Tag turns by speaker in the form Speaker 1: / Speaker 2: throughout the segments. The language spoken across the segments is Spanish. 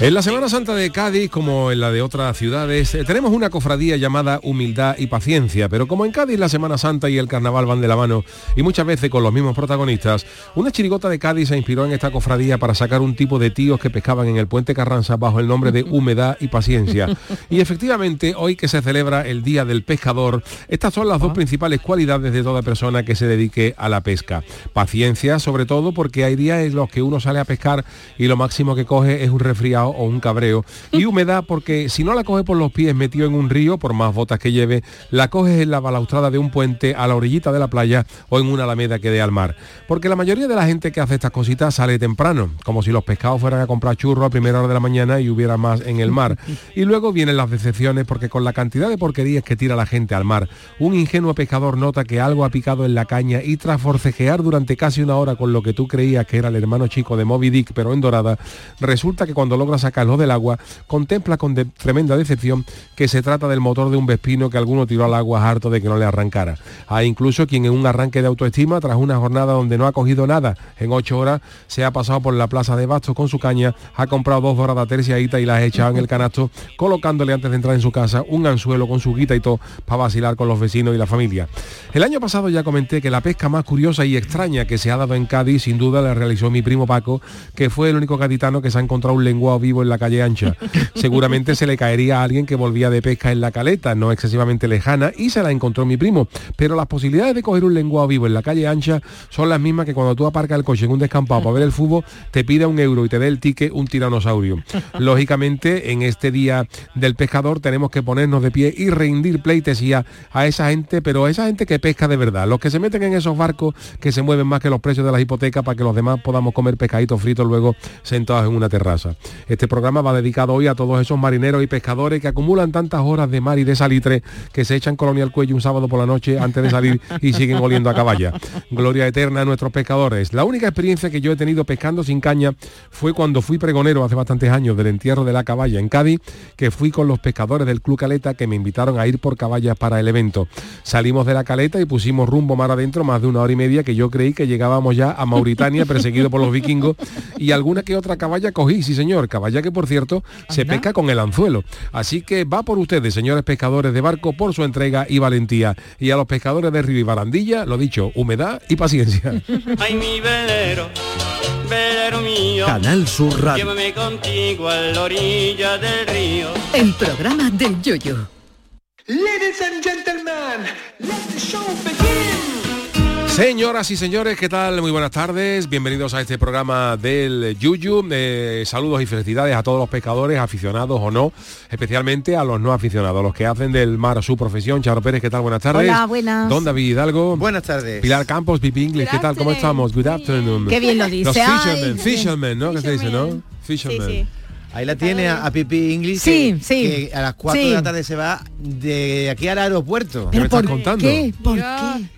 Speaker 1: En la Semana Santa de Cádiz, como en la de otras ciudades, eh, tenemos una cofradía llamada Humildad y Paciencia, pero como en Cádiz la Semana Santa y el Carnaval van de la mano y muchas veces con los mismos protagonistas, una chirigota de Cádiz se inspiró en esta cofradía para sacar un tipo de tíos que pescaban en el puente Carranza bajo el nombre de Humedad y Paciencia. Y efectivamente, hoy que se celebra el Día del Pescador, estas son las dos principales cualidades de toda persona que se dedique a la pesca. Paciencia, sobre todo porque hay días en los que uno sale a pescar y lo máximo que coge es un resfriado o un cabreo. Y humedad porque si no la coges por los pies metido en un río, por más botas que lleve, la coges en la balaustrada de un puente, a la orillita de la playa o en una alameda que dé al mar. Porque la mayoría de la gente que hace estas cositas sale temprano, como si los pescados fueran a comprar churros a primera hora de la mañana y hubiera más en el mar. Y luego vienen las decepciones porque con la cantidad de porquerías que tira la gente al mar, un ingenuo pescador nota que algo ha picado en la caña y tras forcejear durante casi una hora con lo que tú creías que era el hermano chico de Moby Dick, pero en dorada, resulta que cuando logra sacarlo del agua, contempla con de tremenda decepción que se trata del motor de un vespino que alguno tiró al agua harto de que no le arrancara. Hay incluso quien en un arranque de autoestima, tras una jornada donde no ha cogido nada, en ocho horas se ha pasado por la plaza de Bastos con su caña, ha comprado dos doradas terciaditas y las ha echado en el canasto, colocándole antes de entrar en su casa un anzuelo con su guita y todo para vacilar con los vecinos y la familia. El año pasado ya comenté que la pesca más curiosa y extraña que se ha dado en Cádiz sin duda la realizó mi primo Paco, que fue el único gaditano que se ha encontrado un lenguado vivo en la calle ancha. Seguramente se le caería a alguien que volvía de pesca en la caleta, no excesivamente lejana, y se la encontró mi primo. Pero las posibilidades de coger un lenguado vivo en la calle ancha son las mismas que cuando tú aparcas el coche en un descampado para ver el fútbol, te pida un euro y te dé el ticket un tiranosaurio. Lógicamente, en este día del pescador tenemos que ponernos de pie y rendir pleitesía a esa gente, pero a esa gente que pesca de verdad, los que se meten en esos barcos que se mueven más que los precios de las hipotecas para que los demás podamos comer pescaditos fritos luego sentados en una terraza. Este programa va dedicado hoy a todos esos marineros y pescadores que acumulan tantas horas de mar y de salitre que se echan colonia al cuello un sábado por la noche antes de salir y siguen oliendo a caballa. Gloria eterna a nuestros pescadores. La única experiencia que yo he tenido pescando sin caña fue cuando fui pregonero hace bastantes años del entierro de la caballa en Cádiz, que fui con los pescadores del Club Caleta que me invitaron a ir por caballas para el evento. Salimos de la caleta y pusimos rumbo mar adentro más de una hora y media que yo creí que llegábamos ya a Mauritania perseguido por los vikingos y alguna que otra caballa cogí, sí señor, caballa que por cierto se
Speaker 2: Anda.
Speaker 1: pesca con el anzuelo. Así que va por ustedes, señores pescadores de barco, por su entrega y valentía. Y a los pescadores de río y barandilla, lo dicho, humedad y paciencia.
Speaker 3: Ay, mi velero, velero mío.
Speaker 1: Canal Sur Radio.
Speaker 3: Llévame contigo a la orilla del río.
Speaker 4: El programa del yoyo.
Speaker 5: Ladies and gentlemen, let the show begin.
Speaker 1: Señoras y señores, ¿qué tal? Muy buenas tardes. Bienvenidos a este programa del Yuyu. Eh, saludos y felicidades a todos los pescadores, aficionados o no, especialmente a los no aficionados, los que hacen del mar su profesión. Charo Pérez, ¿qué tal? Buenas tardes.
Speaker 6: Hola, buenas.
Speaker 1: Don David Hidalgo. Buenas tardes. Pilar Campos, Pipi Inglis, ¿qué tal? ¿Cómo estamos? Good afternoon.
Speaker 6: Qué bien lo dice.
Speaker 1: Los
Speaker 6: Ay,
Speaker 1: fishermen,
Speaker 6: qué
Speaker 1: fishermen, ¿no? ¿Qué se dice, no? Fishermen.
Speaker 7: Ahí la tiene a, a Pipi Inglis.
Speaker 6: Sí,
Speaker 7: que,
Speaker 6: sí.
Speaker 7: que a las 4
Speaker 6: Sí.
Speaker 7: de la tarde se va de aquí al aeropuerto.
Speaker 6: ¿Pero
Speaker 7: me
Speaker 6: por
Speaker 7: estás contando?
Speaker 6: qué? ¿Por
Speaker 8: Yo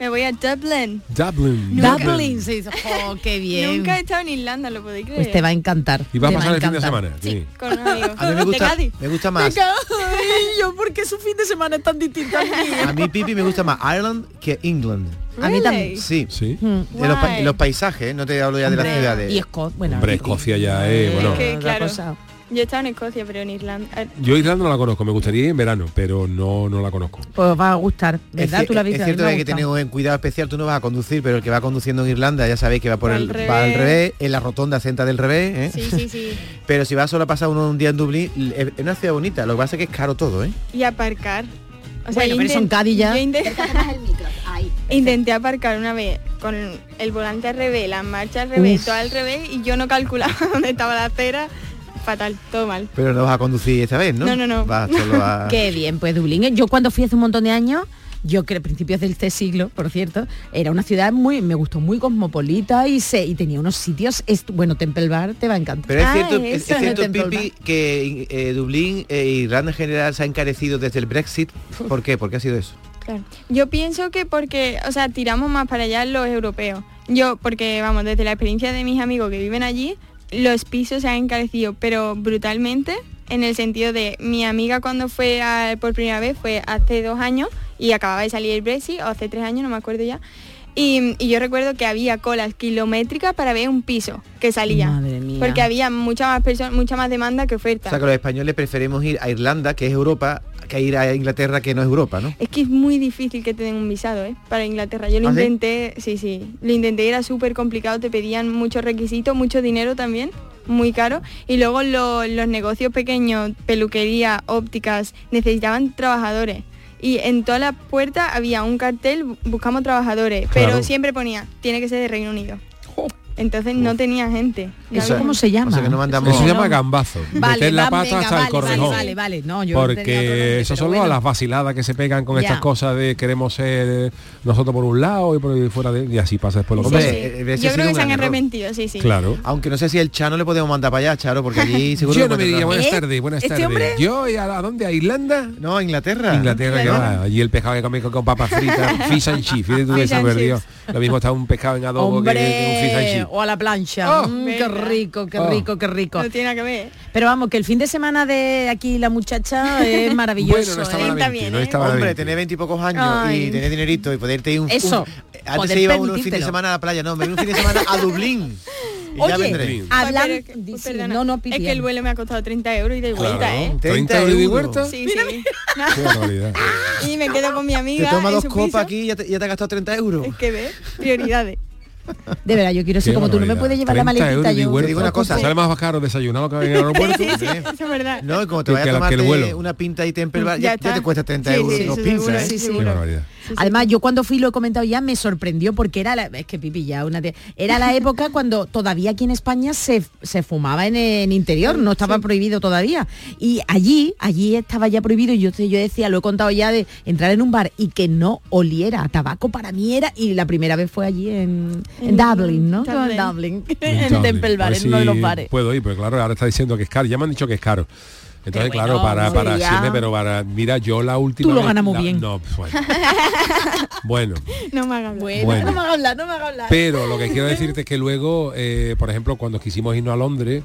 Speaker 8: me voy a Dublin.
Speaker 1: Dublin.
Speaker 6: Dublin se dice, oh, qué bien.
Speaker 8: Nunca he estado en Irlanda, lo podéis creer.
Speaker 6: Pues te va a encantar.
Speaker 1: Y va a
Speaker 6: te
Speaker 1: pasar el fin de
Speaker 6: encantar.
Speaker 1: semana. Sí.
Speaker 8: Con un amigo.
Speaker 7: A mí me
Speaker 8: De
Speaker 7: gusta,
Speaker 8: Cádiz.
Speaker 7: me gusta más.
Speaker 6: Venga, ay, yo, ¿por qué su fin de semana es tan distinto al mío?
Speaker 7: A mí Pipi me gusta más Ireland que England.
Speaker 6: A mí también. Mm.
Speaker 7: Sí.
Speaker 1: Sí.
Speaker 7: De los, pa-
Speaker 6: Guay.
Speaker 7: los paisajes, no te hablo ya de las
Speaker 8: Hombre,
Speaker 7: ciudades.
Speaker 8: y
Speaker 6: Esco- bueno,
Speaker 1: Hombre, Escocia ya, eh, bueno.
Speaker 8: Es que, claro, yo he estado en Escocia, pero en Irlanda. eh,
Speaker 1: Yo Irlanda no la conozco, me gustaría ir en verano, pero no, no la conozco.
Speaker 6: Pues va a gustar,
Speaker 7: Es,
Speaker 6: ¿verdad?
Speaker 7: ci-
Speaker 6: Tú la viste
Speaker 7: es cierto que hay que tener un cuidado especial, tú no vas a conducir, pero el que va conduciendo en Irlanda ya sabéis que va por
Speaker 8: Al
Speaker 7: el va al
Speaker 8: revés.
Speaker 7: revés, en la rotonda senta del revés, ¿eh?
Speaker 8: Sí, sí, sí.
Speaker 7: Pero si vas solo a pasar uno un día en Dublín, es es una ciudad bonita, lo que pasa es que es caro todo, ¿eh?
Speaker 8: Y aparcar. O
Speaker 6: Bueno,
Speaker 8: yo
Speaker 6: pero eso en
Speaker 8: intent-
Speaker 6: Cádiz ya.
Speaker 8: yo inte- Intenté aparcar una vez con el volante al revés, la marcha al revés,
Speaker 7: Uf.
Speaker 8: todo al revés y yo no calculaba dónde estaba la acera. Fatal, todo mal.
Speaker 7: Pero no vas a conducir esta vez, ¿no?
Speaker 8: No, no, no.
Speaker 7: Vas solo a...
Speaker 6: Qué bien, pues Dublín. eh, Yo cuando fui hace un montón de años, yo creo principios de este siglo, por cierto, era una ciudad muy, me gustó muy cosmopolita y se, y tenía unos sitios, est- bueno, Temple Bar te va a encantar. Ah,
Speaker 7: Pero es cierto, es- es
Speaker 6: eso,
Speaker 7: cierto,
Speaker 6: Temple Bar.
Speaker 7: Pipi, que eh, Dublín e Irlanda en general se ha encarecido desde el Brexit. ¿Por qué? ¿Por qué ha sido eso?
Speaker 8: Claro. Yo pienso que porque, o sea, tiramos más para allá los europeos. Yo, porque vamos, desde la experiencia de mis amigos que viven allí, los pisos se han encarecido, pero brutalmente, en el sentido de mi amiga cuando fue a- por primera vez fue hace dos años y acababa de salir el Brexit, o hace tres años, no me acuerdo ya. Y, y yo recuerdo que había colas kilométricas para ver un piso que salía.
Speaker 6: Madre mía.
Speaker 8: Porque había mucha más perso- mucha más demanda que oferta.
Speaker 7: O sea, que los españoles preferimos ir a Irlanda, que es Europa, que ir a Inglaterra, que no es Europa, ¿no?
Speaker 8: Es que es muy difícil que te den un visado, ¿eh? Para Inglaterra. Yo lo
Speaker 7: ¿Ah, sí?
Speaker 8: intenté, sí, sí. Lo intenté, era súper complicado, te pedían muchos requisitos, mucho dinero también, muy caro. Y luego lo- los negocios pequeños, peluquería, ópticas, necesitaban trabajadores. Y en toda la puerta había un cartel, "Bu- buscamos trabajadores,
Speaker 7: Claro.
Speaker 8: pero siempre ponía, tiene que ser de Reino Unido. Entonces no tenía gente. No
Speaker 6: ¿Eso
Speaker 8: había-
Speaker 6: cómo se llama?
Speaker 7: O sea, que no mandamos...
Speaker 1: Eso se llama gambazo. meter la
Speaker 6: va-
Speaker 1: pata
Speaker 6: venga,
Speaker 1: hasta
Speaker 6: vale,
Speaker 1: el correjón.
Speaker 6: Vale, vale, vale. No, yo tenía otro nombre,
Speaker 1: Porque eso
Speaker 6: pero
Speaker 1: son
Speaker 6: bueno.
Speaker 1: las vaciladas que se pegan con
Speaker 6: Ya.
Speaker 1: estas cosas de queremos ser nosotros por un lado y por ahí fuera de y así pasa después lo
Speaker 7: Hombre,
Speaker 1: contrario.
Speaker 7: eh, ese ha
Speaker 8: Yo
Speaker 7: sido
Speaker 8: creo que
Speaker 7: un
Speaker 8: se han
Speaker 7: gran error.
Speaker 8: arrepentido, sí, sí.
Speaker 1: Claro.
Speaker 7: Aunque no sé si el Chano le podemos mandar para allá, Charo, porque allí seguro
Speaker 1: Yo
Speaker 7: que
Speaker 1: no me
Speaker 7: encuentra
Speaker 1: diría buenas
Speaker 7: trabajo.
Speaker 1: tardes, buenas
Speaker 7: ¿Este
Speaker 1: tardes.
Speaker 7: hombre?
Speaker 1: Yo ¿y a, a dónde? ¿A Irlanda?
Speaker 7: No, a Inglaterra.
Speaker 1: Inglaterra que
Speaker 7: Claro.
Speaker 1: va. Allí el pescado que come con, con papas fritas, fish and chips, fíjate tú
Speaker 6: Fish
Speaker 1: que se ha
Speaker 6: and
Speaker 1: perdido. Lo mismo está un pescado en adobo que, que un fish and
Speaker 6: Hombre,
Speaker 1: chips.
Speaker 6: o a la plancha.
Speaker 8: Oh.
Speaker 6: Mm, qué rico, qué
Speaker 1: Oh.
Speaker 6: rico, qué rico.
Speaker 8: No tiene nada que ver.
Speaker 6: Pero vamos, que el fin de semana de aquí la muchacha es maravilloso.
Speaker 1: Bueno, no estaba
Speaker 6: ¿eh?
Speaker 1: la 20,
Speaker 8: también,
Speaker 1: no
Speaker 8: ¿eh?
Speaker 1: estaba la
Speaker 7: Hombre,
Speaker 1: 20.
Speaker 7: tener veintipocos años
Speaker 8: Ay.
Speaker 7: y tener dinerito y poderte ir un... un-
Speaker 6: Eso,
Speaker 7: antes
Speaker 6: poder
Speaker 7: se iba uno un fin de
Speaker 6: permitírtelo.
Speaker 7: semana a la playa, no, me voy un fin de semana a Dublín. Y ya vendré.
Speaker 6: Oye, hablando...
Speaker 8: Ay, pero es que-
Speaker 6: di- sí,
Speaker 8: perdona,
Speaker 6: no, no,
Speaker 8: es que el
Speaker 6: Pipián.
Speaker 8: vuelo me ha costado 30 euros y de vuelta, ¿eh?
Speaker 1: 30 euros de vuelta.
Speaker 8: Sí, sí.
Speaker 1: Qué barbaridad.
Speaker 8: y me quedo con mi
Speaker 7: Te
Speaker 8: amiga.
Speaker 7: toma
Speaker 8: en
Speaker 7: dos
Speaker 8: su
Speaker 7: copas
Speaker 8: piso.
Speaker 7: aquí y ya te, ya te has gastado 30 euros.
Speaker 8: Es que ve, prioridades.
Speaker 6: De verdad, yo quiero ser
Speaker 1: Qué
Speaker 6: como tú, no me
Speaker 1: barbaridad.
Speaker 6: puedes llevar la
Speaker 1: 30 euros
Speaker 6: maletita
Speaker 1: de
Speaker 6: yo.
Speaker 1: vuelta.
Speaker 7: Te digo una cosa.
Speaker 1: Sale más caro desayunado que en el aeropuerto.
Speaker 8: Sí, sí, eso es verdad.
Speaker 7: No, y como te
Speaker 1: Que-
Speaker 7: vayas
Speaker 1: que
Speaker 7: a
Speaker 1: la- que el
Speaker 7: tomarte
Speaker 1: vuelo.
Speaker 7: una pinta y temper bar,
Speaker 8: Ya
Speaker 7: ya, ya
Speaker 8: está.
Speaker 7: te cuesta 30
Speaker 8: Sí,
Speaker 7: euros
Speaker 8: sí,
Speaker 7: dos
Speaker 8: eso seguro,
Speaker 7: pinzas, ¿eh?
Speaker 8: sí,
Speaker 1: Qué
Speaker 8: seguro.
Speaker 1: barbaridad.
Speaker 6: Además, yo cuando fui, lo he comentado ya, me sorprendió porque era la, es que pipi ya una tía- era la época cuando todavía aquí en España se, se fumaba en, el interior, no estaba prohibido todavía. Y allí, allí estaba ya prohibido y yo, yo decía, lo he contado ya de entrar en un bar y que no oliera a tabaco para mí era, y la primera vez fue allí en, En Dublin, ¿no?
Speaker 2: Todo en Dublin.
Speaker 1: En
Speaker 2: En Temple Bar,
Speaker 1: Pues
Speaker 2: en uno de
Speaker 1: sí,
Speaker 2: los bares.
Speaker 1: Puedo ir, pero claro, ahora está diciendo que es caro. Ya me han dicho que es caro. Entonces,
Speaker 2: Pero
Speaker 1: claro,
Speaker 2: bueno,
Speaker 1: para, para
Speaker 2: sería-
Speaker 1: siempre, pero para. Mira, yo la última.
Speaker 6: Tú lo
Speaker 1: vez-
Speaker 6: ganas muy
Speaker 1: la-
Speaker 6: bien.
Speaker 1: No, pues, bueno. bueno.
Speaker 8: No me hagas hablar.
Speaker 1: Bueno.
Speaker 2: No me hagas hablar, no me hagas hablar.
Speaker 1: Pero lo que quiero decirte es que luego, eh, por ejemplo, cuando quisimos irnos a Londres,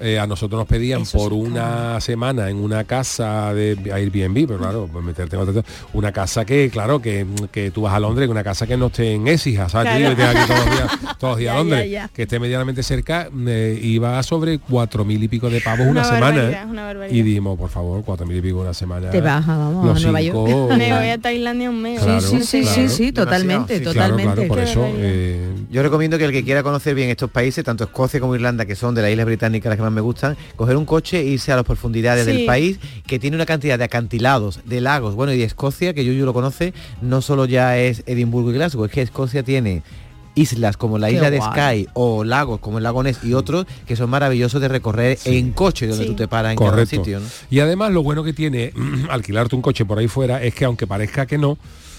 Speaker 1: eh, a nosotros nos pedían por una semana en una casa de Airbnb, pero claro, pues meterte en otra- una casa que, claro, que, que tú vas a Londres, una casa que no esté en Écija, ¿sabes? Que
Speaker 9: Claro.
Speaker 1: yo tenga que ir todos los días, todos los días a
Speaker 9: Ya,
Speaker 1: Londres,
Speaker 9: ya, ya.
Speaker 1: que esté medianamente cerca, eh, iba sobre cuatro mil y pico de pavos una,
Speaker 8: Una
Speaker 1: semana.
Speaker 8: barbaridad,
Speaker 1: ¿eh?
Speaker 8: una barbaridad.
Speaker 1: y dimos, por favor, cuatro mil y pico una semana.
Speaker 6: Te vas, vamos,
Speaker 1: los
Speaker 6: a Nueva York.
Speaker 1: cinco,
Speaker 8: Me voy a Tailandia un mes.
Speaker 1: Claro, Sí, sí, sí, claro. sí, sí,
Speaker 6: totalmente, totalmente.
Speaker 1: por eso, eh,
Speaker 7: Yo recomiendo que el que quiera conocer bien estos países, tanto Escocia como Irlanda, que son de las islas británicas las que más me gustan, coger un coche e irse a las profundidades
Speaker 8: Sí.
Speaker 7: del país, que tiene una cantidad de acantilados, de lagos, bueno, y de Escocia, que Yuyu lo conoce, no solo ya es Edimburgo y Glasgow, es que Escocia tiene islas como la
Speaker 10: Qué
Speaker 7: isla de
Speaker 10: guay.
Speaker 7: Skye o lagos como el lago Ness y otros que son maravillosos de recorrer en coche donde
Speaker 1: Sí.
Speaker 7: tú te paras en cada
Speaker 1: Correcto.
Speaker 7: sitio. ¿no?
Speaker 1: Y además lo bueno que tiene alquilarte un coche por ahí fuera es que aunque parezca que no,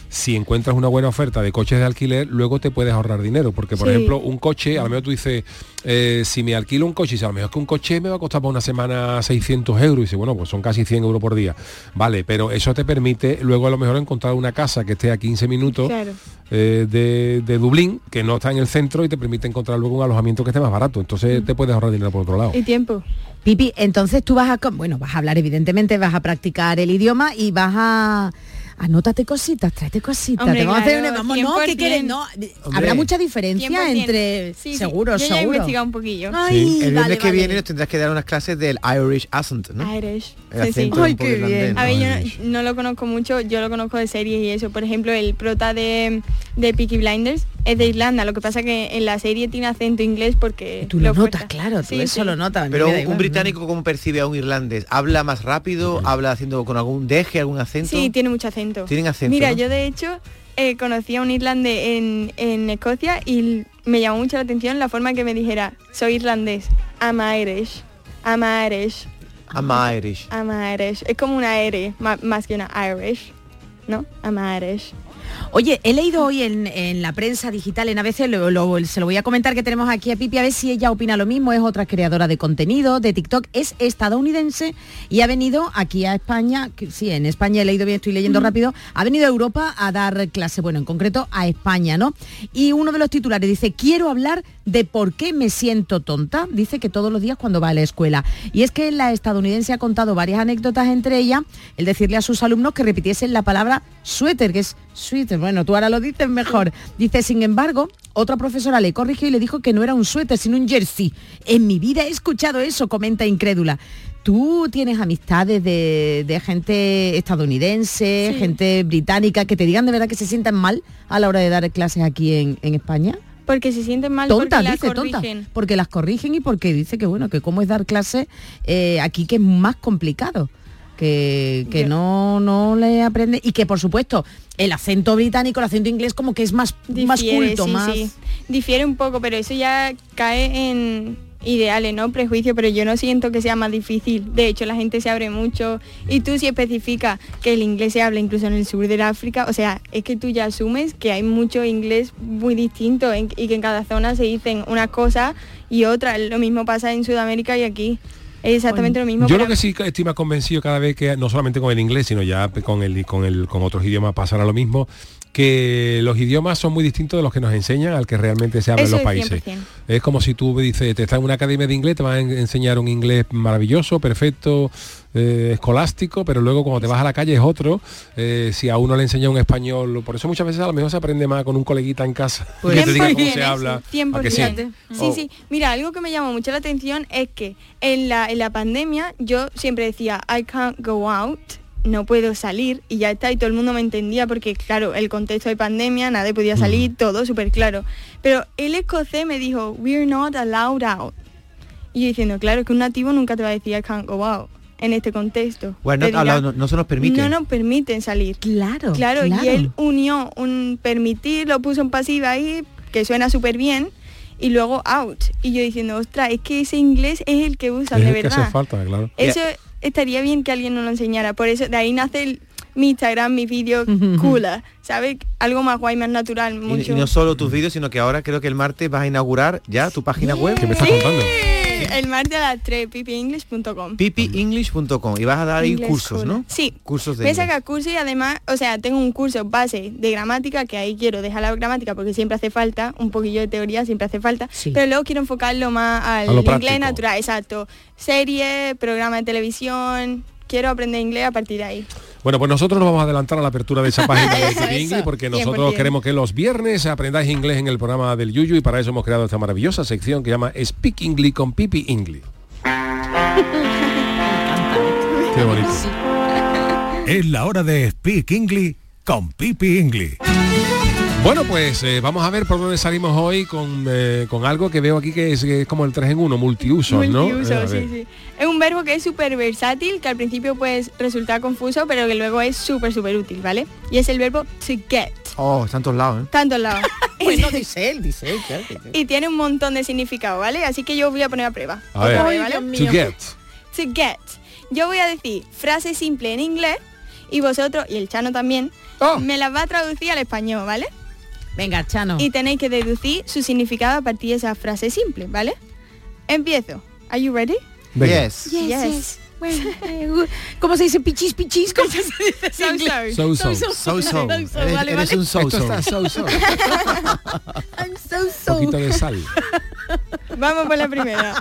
Speaker 1: si encuentras una buena oferta de coches de alquiler, luego te puedes ahorrar dinero. Porque, por
Speaker 11: Sí.
Speaker 1: ejemplo, un coche, a lo mejor tú dices, eh, si me alquilo un coche, y a lo mejor que un coche me va a costar para una semana 600 euros, y dice, bueno, pues son casi 100 euros por día. Vale, pero eso te permite luego a lo mejor encontrar una casa que esté a 15 minutos
Speaker 8: Claro.
Speaker 1: eh, de, de Dublín, que no está en el centro y te permite encontrar luego un alojamiento que esté más barato. Entonces te puedes ahorrar dinero por otro lado.
Speaker 8: Y tiempo.
Speaker 6: Oh. Pipi, entonces tú vas a, com- bueno, vas a hablar evidentemente, vas a practicar el idioma y vas a anótate cositas, tráete cositas.
Speaker 8: Hombre,
Speaker 6: te vamos a hacer
Speaker 8: claro,
Speaker 6: una, vamos, no, ¿qué
Speaker 8: 100%.
Speaker 6: quieres? No,
Speaker 7: Hombre.
Speaker 6: habrá mucha diferencia
Speaker 8: 100%.
Speaker 6: entre
Speaker 8: Sí, sí,
Speaker 6: seguro,
Speaker 8: yo ya he
Speaker 6: seguro.
Speaker 8: investigado un poquillo.
Speaker 6: Ay,
Speaker 7: el viernes
Speaker 6: vale,
Speaker 7: que
Speaker 6: vale.
Speaker 7: viene nos tendrás que dar unas clases del Irish accent, ¿no?
Speaker 8: Irish.
Speaker 7: El acento un poco irlandés, ¿no?
Speaker 8: A ver, yo no, no lo conozco mucho, yo lo conozco de series y eso. Por ejemplo, el prota de, de Peaky Blinders es de Irlanda. Lo que pasa que en la serie tiene acento inglés porque...
Speaker 6: Tú lo notas, claro, tú
Speaker 8: Sí,
Speaker 6: eso
Speaker 8: sí.
Speaker 6: lo notas. a mí
Speaker 7: Pero
Speaker 6: me
Speaker 7: un,
Speaker 6: da
Speaker 7: un
Speaker 6: igual, ¿no?
Speaker 7: británico cómo percibe a un irlandés, habla más rápido, habla haciendo con algún deje, algún acento.
Speaker 8: Sí, tiene mucho acento.
Speaker 7: Tienen acento,
Speaker 8: Mira,
Speaker 7: ¿no?
Speaker 8: yo de hecho eh, conocí a un irlandés en, en Escocia y l- me llamó mucho la atención la forma que me dijera, soy irlandés, I'm Irish, I'm Irish,
Speaker 7: I'm Irish.
Speaker 8: I'm Irish. Es como una R ma- más que una Irish, ¿no? I'm Irish.
Speaker 6: Oye, he leído hoy en, en la prensa digital, en ABC, lo- lo- se lo voy a comentar que tenemos aquí a Pipi, a ver si ella opina lo mismo, es otra creadora de contenido de TikTok, es estadounidense y ha venido aquí a España, que- sí, en España he leído bien, estoy leyendo rápido, ha venido a Europa a dar clase, bueno, en concreto a España, ¿no? Y uno de los titulares dice, quiero hablar de por qué me siento tonta, dice que todos los días cuando va a la escuela. Y es que la estadounidense ha contado varias anécdotas, entre ellas el decirle a sus alumnos que repitiesen la palabra suéter, que es suéter, bueno, tú ahora lo dices mejor. Dice, sin embargo, otra profesora le corrigió y le dijo que no era un suéter, sino un jersey. En mi vida he escuchado eso, comenta incrédula. Tú tienes amistades de, de gente estadounidense, gente británica, que te digan de verdad que se sientan mal a la hora de dar clases aquí en, en España.
Speaker 8: Porque se sienten mal
Speaker 6: Tontas,
Speaker 8: porque la
Speaker 6: dice, tontas.
Speaker 8: corrigen.
Speaker 6: Porque las corrigen y porque dice que bueno, que cómo es dar clase eh, aquí que es más complicado. Que, que no, no le aprende. Y que por supuesto, el acento británico, el acento inglés como que es más, más
Speaker 8: Difiere,
Speaker 6: culto,
Speaker 8: sí,
Speaker 6: más.
Speaker 8: sí. Difiere un poco, pero eso ya cae en ideales, ¿no? Prejuicio, pero yo no siento que sea más difícil. De hecho, la gente se abre mucho y tú si especificas que el inglés se habla incluso en el sur del África, o sea, es que tú ya asumes que hay mucho inglés muy distinto en- y que en cada zona se dicen una cosa y otra. Lo mismo pasa en Sudamérica y aquí. Es exactamente lo mismo.
Speaker 1: Yo
Speaker 8: pero-
Speaker 1: lo que sí estoy más convencido cada vez que, no solamente con el inglés, sino ya con el con el con otros idiomas pasará lo mismo, que los idiomas son muy distintos de los que nos enseñan al que realmente se habla
Speaker 8: Eso
Speaker 1: en los
Speaker 8: es
Speaker 1: países.
Speaker 8: 100%.
Speaker 1: Es como si tú dices, te estás en una academia de inglés, te van a en- enseñar un inglés maravilloso, perfecto, eh, escolástico, pero luego cuando te vas a la calle es otro. Eh, si a uno le enseña un español, por eso muchas veces a lo mejor se aprende más con un coleguita en casa
Speaker 8: Pues
Speaker 1: que te diga cómo
Speaker 8: 100%,
Speaker 1: se habla. ¿A
Speaker 8: 100%.
Speaker 1: que sí? Oh.
Speaker 8: Sí,
Speaker 1: O-
Speaker 8: sí. Mira, algo que me llamó mucho la atención es que en la, en la pandemia yo siempre decía, I can't go out, no puedo salir, y ya está, y todo el mundo me entendía porque, claro, el contexto de pandemia, nadie
Speaker 1: Mm.
Speaker 8: podía salir, todo súper claro. Pero el escocés me dijo, we're not allowed out. Y yo diciendo, claro, que un nativo nunca te va a decir, I can't go out, en este contexto.
Speaker 7: Bueno,
Speaker 8: Te
Speaker 7: no,
Speaker 8: dirá,
Speaker 7: no, no se nos permite.
Speaker 8: no nos permiten salir.
Speaker 6: Claro.
Speaker 8: Claro,
Speaker 7: claro.
Speaker 8: y él unió un permitir, lo puso en pasiva ahí, que suena súper bien, y luego out. Y yo diciendo, ostras, es que ese inglés es el que usan,
Speaker 1: es
Speaker 8: de
Speaker 1: el que hace
Speaker 8: verdad.
Speaker 1: falta, claro.
Speaker 8: Eso estaría bien que alguien nos lo enseñara. Por eso, de ahí nace el mi Instagram, mis vídeos cool, ¿sabes? Algo más guay, más natural.
Speaker 7: Y,
Speaker 8: Mucho.
Speaker 7: y no solo tus vídeos, sino que ahora creo que el martes vas a inaugurar ya tu página web. que me estás contando?
Speaker 8: El martes a las 3, pipienglish.com.
Speaker 7: pipienglish.com y vas a dar ahí
Speaker 8: Inglés
Speaker 7: cursos,
Speaker 8: cool.
Speaker 7: ¿no?
Speaker 8: Sí.
Speaker 7: Cursos de
Speaker 8: Voy a
Speaker 7: inglés.
Speaker 8: sacar curso y además, o sea, tengo un curso base de gramática, que ahí quiero dejar la gramática porque siempre hace falta, un poquillo de teoría siempre hace falta, pero luego quiero enfocarlo más al
Speaker 1: A lo práctico.
Speaker 8: inglés natural, exacto. Serie, programa de televisión, quiero aprender inglés a partir de ahí.
Speaker 1: Bueno, pues nosotros nos vamos a adelantar a la apertura de esa página de
Speaker 8: Eso,
Speaker 1: Kiwi English
Speaker 8: eso. pues
Speaker 1: porque
Speaker 8: 100%.
Speaker 1: nosotros queremos que los viernes aprendáis inglés en el programa del Yuyu y para eso hemos creado esta maravillosa sección que llama Speak English con Pipi English. Qué bonito.
Speaker 2: Es la hora de Speak English con Pipi English.
Speaker 1: Bueno, pues eh, vamos a ver por dónde salimos hoy con, eh, con algo que veo aquí que es, que es como el 3 en 1, multiuso, ¿no?
Speaker 8: Multiuso,
Speaker 1: Eh, a
Speaker 8: sí,
Speaker 1: ver.
Speaker 8: sí. Es un verbo que es súper versátil, que al principio puede resultar confuso, pero que luego es súper, súper útil, ¿vale? Y es el verbo to get.
Speaker 7: Oh, están todos lados, ¿eh?
Speaker 8: Tanto lado.
Speaker 6: Bueno, dice él, dice él, claro que sí.
Speaker 8: y tiene un montón de significado, ¿vale? Así que yo voy a poner a prueba.
Speaker 1: A ver,
Speaker 8: Otra vez, ¿vale?
Speaker 1: to get.
Speaker 8: To get. Yo voy a decir frase simple en inglés y vosotros, y el Chano también,
Speaker 1: Oh.
Speaker 8: me las va a traducir al español, ¿vale?
Speaker 6: Venga, Chano.
Speaker 8: Y tenéis que deducir su significado a partir de esa frase simple, ¿vale? Empiezo. Are you ready?
Speaker 7: Yes.
Speaker 8: Yes.
Speaker 6: eh, uh, ¿Cómo se dice pichis pichis? ¿Cómo se dice?
Speaker 7: So, so. So, so. Eres- eres un so,
Speaker 1: Esto
Speaker 7: so.
Speaker 1: está so, so.
Speaker 6: I'm so
Speaker 1: Un poquito de sal.
Speaker 8: Vamos por la primera.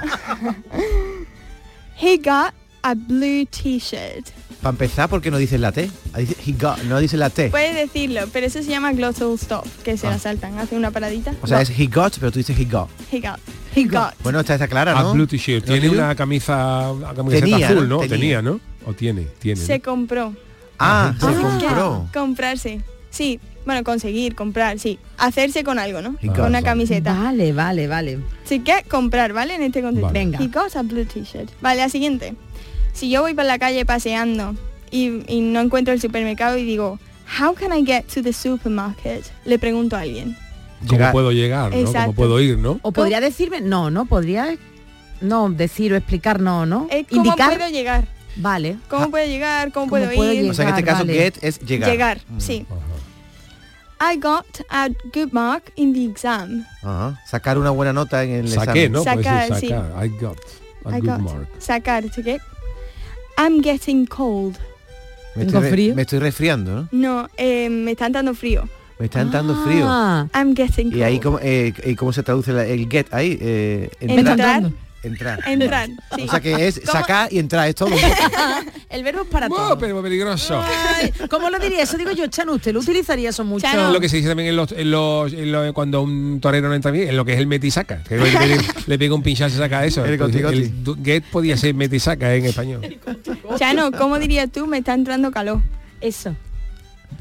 Speaker 8: He got a blue t-shirt.
Speaker 7: Para empezar, porque no dices la T? Ah, dice- he got- no dice la T.
Speaker 8: Puedes decirlo, pero eso se llama glossal stop, que se la saltan. Hace una paradita.
Speaker 7: Ah. O sea, es he got, pero tú dices he got.
Speaker 8: He got. He got.
Speaker 7: Bueno, esta está clara,
Speaker 1: A
Speaker 7: ¿no?
Speaker 1: Ah, blue t-shirt. Tiene
Speaker 7: Yuyu?
Speaker 1: una camisa, una Ah, camiseta
Speaker 7: Tenía,
Speaker 1: azul,
Speaker 7: ¿no?
Speaker 1: ¿no?
Speaker 7: Tenía.
Speaker 1: Tenía, ¿no? O tiene, tiene. ¿no?
Speaker 8: Se compró.
Speaker 7: Ah, se
Speaker 8: Ah.
Speaker 7: compró.
Speaker 8: Comprarse. Sí. Bueno, conseguir, comprar, sí. Hacerse con algo, ¿no?
Speaker 7: He
Speaker 8: con
Speaker 7: got
Speaker 8: una
Speaker 7: something.
Speaker 8: camiseta.
Speaker 6: Vale, vale, vale.
Speaker 8: Si que comprar, ¿vale? En este contexto.
Speaker 6: Vale. Venga.
Speaker 8: He got a blue t-shirt. Vale, la siguiente. Si yo voy por la calle paseando y, y no encuentro el supermercado y digo, how can I get to the supermarket? Le pregunto a alguien.
Speaker 1: ¿Cómo puedo llegar, no?
Speaker 8: Exacto.
Speaker 1: ¿Cómo puedo ir, no?
Speaker 6: O podría decirme, no, no, podría no decir o explicar, no, no.
Speaker 8: ¿Cómo
Speaker 6: Indicar,
Speaker 8: puedo llegar?
Speaker 6: vale.
Speaker 8: ¿Cómo puedo llegar? ¿Cómo,
Speaker 6: ¿Cómo
Speaker 8: puedo,
Speaker 6: puedo
Speaker 8: ir?
Speaker 6: llegar?
Speaker 7: O sea, en este caso
Speaker 6: vale.
Speaker 7: get es llegar. Mm.
Speaker 8: Llegar, sí. I got a good mark in the exam.
Speaker 7: Ajá. Sacar una buena nota en el
Speaker 1: Saqué,
Speaker 7: examen.
Speaker 1: ¿no? Puede
Speaker 8: Sacar,
Speaker 1: ser
Speaker 8: sí.
Speaker 1: sacar. I got a
Speaker 8: I
Speaker 1: good
Speaker 8: got.
Speaker 1: mark.
Speaker 8: Sacar, to get. I'm getting cold.
Speaker 7: Me
Speaker 8: Tengo
Speaker 7: estoy, re-
Speaker 8: frío.
Speaker 7: me estoy resfriando, ¿no?
Speaker 8: No, eh, me están dando frío.
Speaker 7: Me está entrando
Speaker 8: Ah,
Speaker 7: frío.
Speaker 8: I'm getting cold.
Speaker 7: Y ahí cómo, eh, y cómo se traduce la- el get ahí, eh,
Speaker 8: Entrar.
Speaker 7: entrar. Entrar.
Speaker 8: Entrar, sí.
Speaker 7: O sea que es
Speaker 8: ¿Cómo?
Speaker 7: sacar y entrar, es todo.
Speaker 6: El verbo es para
Speaker 1: todo. Oh, pero peligroso.
Speaker 6: Ay, ¿Cómo lo diría eso? Digo yo, Chano, usted lo utilizaría eso mucho.
Speaker 1: Lo que se dice también en los, en los- en los- cuando un torero no entra bien, en lo que es el metisaca. Que le, le- le pega un pinchazo y saca eso.
Speaker 7: El goti,
Speaker 1: Pues,
Speaker 7: goti.
Speaker 1: el du- get podía ser metisaca en español.
Speaker 8: Chano, ¿cómo dirías tú? Me está entrando calor.
Speaker 6: Eso.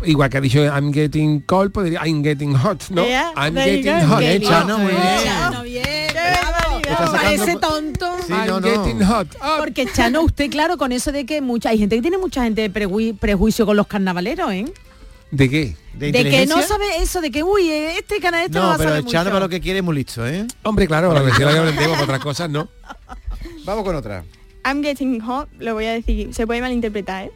Speaker 1: Igual que ha dicho I'm getting cold, podría I'm getting hot, ¿no?
Speaker 8: Yeah,
Speaker 1: I'm
Speaker 8: there you
Speaker 1: getting
Speaker 8: go.
Speaker 1: hot.
Speaker 8: Qué bien,
Speaker 1: Chano, muy bien.
Speaker 6: Chano, bien, bravo.
Speaker 1: Está sacando-
Speaker 6: Parece tonto.
Speaker 1: Sí, no, I'm no. getting hot
Speaker 6: Porque Chano, usted claro con eso de que mucha hay gente que tiene mucha gente de pregui- prejuicio con los carnavaleros, ¿eh?
Speaker 1: ¿De qué?
Speaker 6: De que no sabe eso, de que uy, eh, este canal este no, va
Speaker 7: No,
Speaker 6: a
Speaker 7: pero
Speaker 6: saber
Speaker 7: el Chano
Speaker 6: mucho.
Speaker 7: para lo que quiere es muy listo, ¿eh?
Speaker 1: Hombre, claro, la versión la que aprendemos otras cosas, ¿no?
Speaker 7: Vamos con otra.
Speaker 8: I'm getting hot, lo voy a decir, se puede malinterpretar, ¿eh?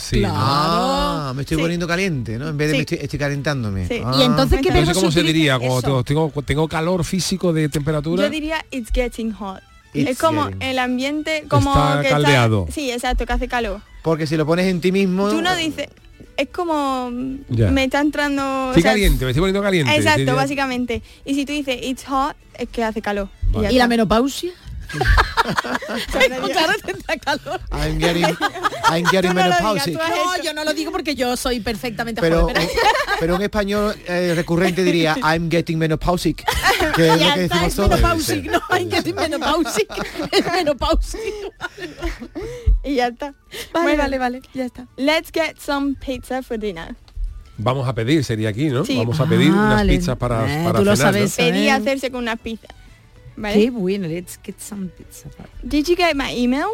Speaker 1: Sí. ¿no?
Speaker 7: Ah, me estoy
Speaker 8: Sí.
Speaker 7: poniendo caliente, ¿no? En vez de
Speaker 8: Sí.
Speaker 7: me estoy, estoy calentándome.
Speaker 8: Sí. ¿Y
Speaker 7: Ah.
Speaker 8: entonces qué
Speaker 1: No sé cómo se diría,
Speaker 8: utiliza
Speaker 1: cuando
Speaker 8: eso.
Speaker 1: tengo, tengo calor físico de temperatura.
Speaker 8: Yo diría it's getting hot.
Speaker 7: It's
Speaker 8: es como
Speaker 7: getting-
Speaker 8: el ambiente como
Speaker 1: Está
Speaker 8: que
Speaker 1: caldeado.
Speaker 8: sí, exacto, que hace calor.
Speaker 7: Porque si lo pones en ti mismo... eh,
Speaker 8: Tú no dices, es como mm,
Speaker 1: Ya.
Speaker 8: me está entrando. o
Speaker 1: Estoy
Speaker 8: sea,
Speaker 1: caliente, me estoy poniendo caliente.
Speaker 8: Exacto,
Speaker 1: Diría-
Speaker 8: básicamente. Y si tú dices it's hot, es que hace calor.
Speaker 6: ¿Y la menopausia? claro, tendrá calor.
Speaker 7: I'm getting, I'm
Speaker 6: No, lo digas,
Speaker 7: getting menopausic.
Speaker 6: tú has hecho. yo no lo digo porque yo soy perfectamente
Speaker 7: Pero,
Speaker 6: joven. pero-
Speaker 7: pero un español eh, recurrente diría I'm getting menopausic, que es lo
Speaker 6: Ya
Speaker 7: que
Speaker 6: está,
Speaker 7: decimos
Speaker 6: es
Speaker 7: todos.
Speaker 6: menopausic,
Speaker 7: Sí.
Speaker 6: no, hay que decir menopausic, es menopausic.
Speaker 8: Y ya está.
Speaker 6: Vale,
Speaker 8: Bueno,
Speaker 6: vale, vale, ya está.
Speaker 8: Let's get some pizza for dinner.
Speaker 1: Vamos a pedir, sería aquí, ¿no?
Speaker 8: Sí.
Speaker 1: Vamos a pedir unas
Speaker 6: Vale.
Speaker 1: pizzas para,
Speaker 6: Eh,
Speaker 1: para
Speaker 6: tú lo
Speaker 1: cenar, ¿no?
Speaker 6: sabes.
Speaker 8: Pedí
Speaker 6: Eh.
Speaker 8: hacerse con una pizza.
Speaker 6: Qué
Speaker 8: ¿Vale?
Speaker 6: bueno, let's get some pizza.
Speaker 8: Did you get my email?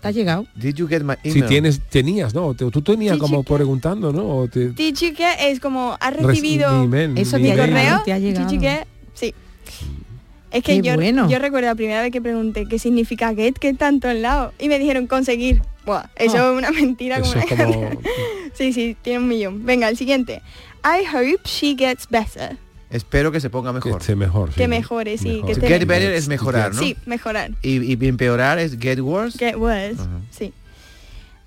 Speaker 6: ¿Te ha llegado?
Speaker 7: Did you get my
Speaker 1: Si
Speaker 7: email?
Speaker 1: tienes, tenías, ¿no? Te- Tú tenías como preguntando, ¿no? O te-
Speaker 8: Did you get es como has
Speaker 1: Res-
Speaker 8: recibido
Speaker 1: mi email, Eso mi
Speaker 8: mi
Speaker 1: te ha email.
Speaker 8: correo.
Speaker 1: llegado,
Speaker 6: te ha llegado.
Speaker 8: Did you get? Sí. Es que
Speaker 6: Qué
Speaker 8: yo,
Speaker 6: bueno.
Speaker 8: yo recuerdo la primera vez que pregunté qué significa get, que tanto al lado. Y me dijeron conseguir. Buah, eso
Speaker 6: Ah.
Speaker 8: es una mentira.
Speaker 1: Eso
Speaker 8: como
Speaker 1: es
Speaker 8: una-
Speaker 1: como
Speaker 8: Sí, sí, tiene un millón. Venga, el siguiente. I hope she gets better.
Speaker 7: Espero que se ponga mejor.
Speaker 1: Que esté mejor.
Speaker 8: Que mejore, sí.
Speaker 7: Mejor.
Speaker 8: Que esté
Speaker 7: Get
Speaker 8: mejor.
Speaker 7: better es mejorar, ¿no?
Speaker 8: Sí, mejorar.
Speaker 7: Y, y empeorar es get worse.
Speaker 8: Get worse, sí.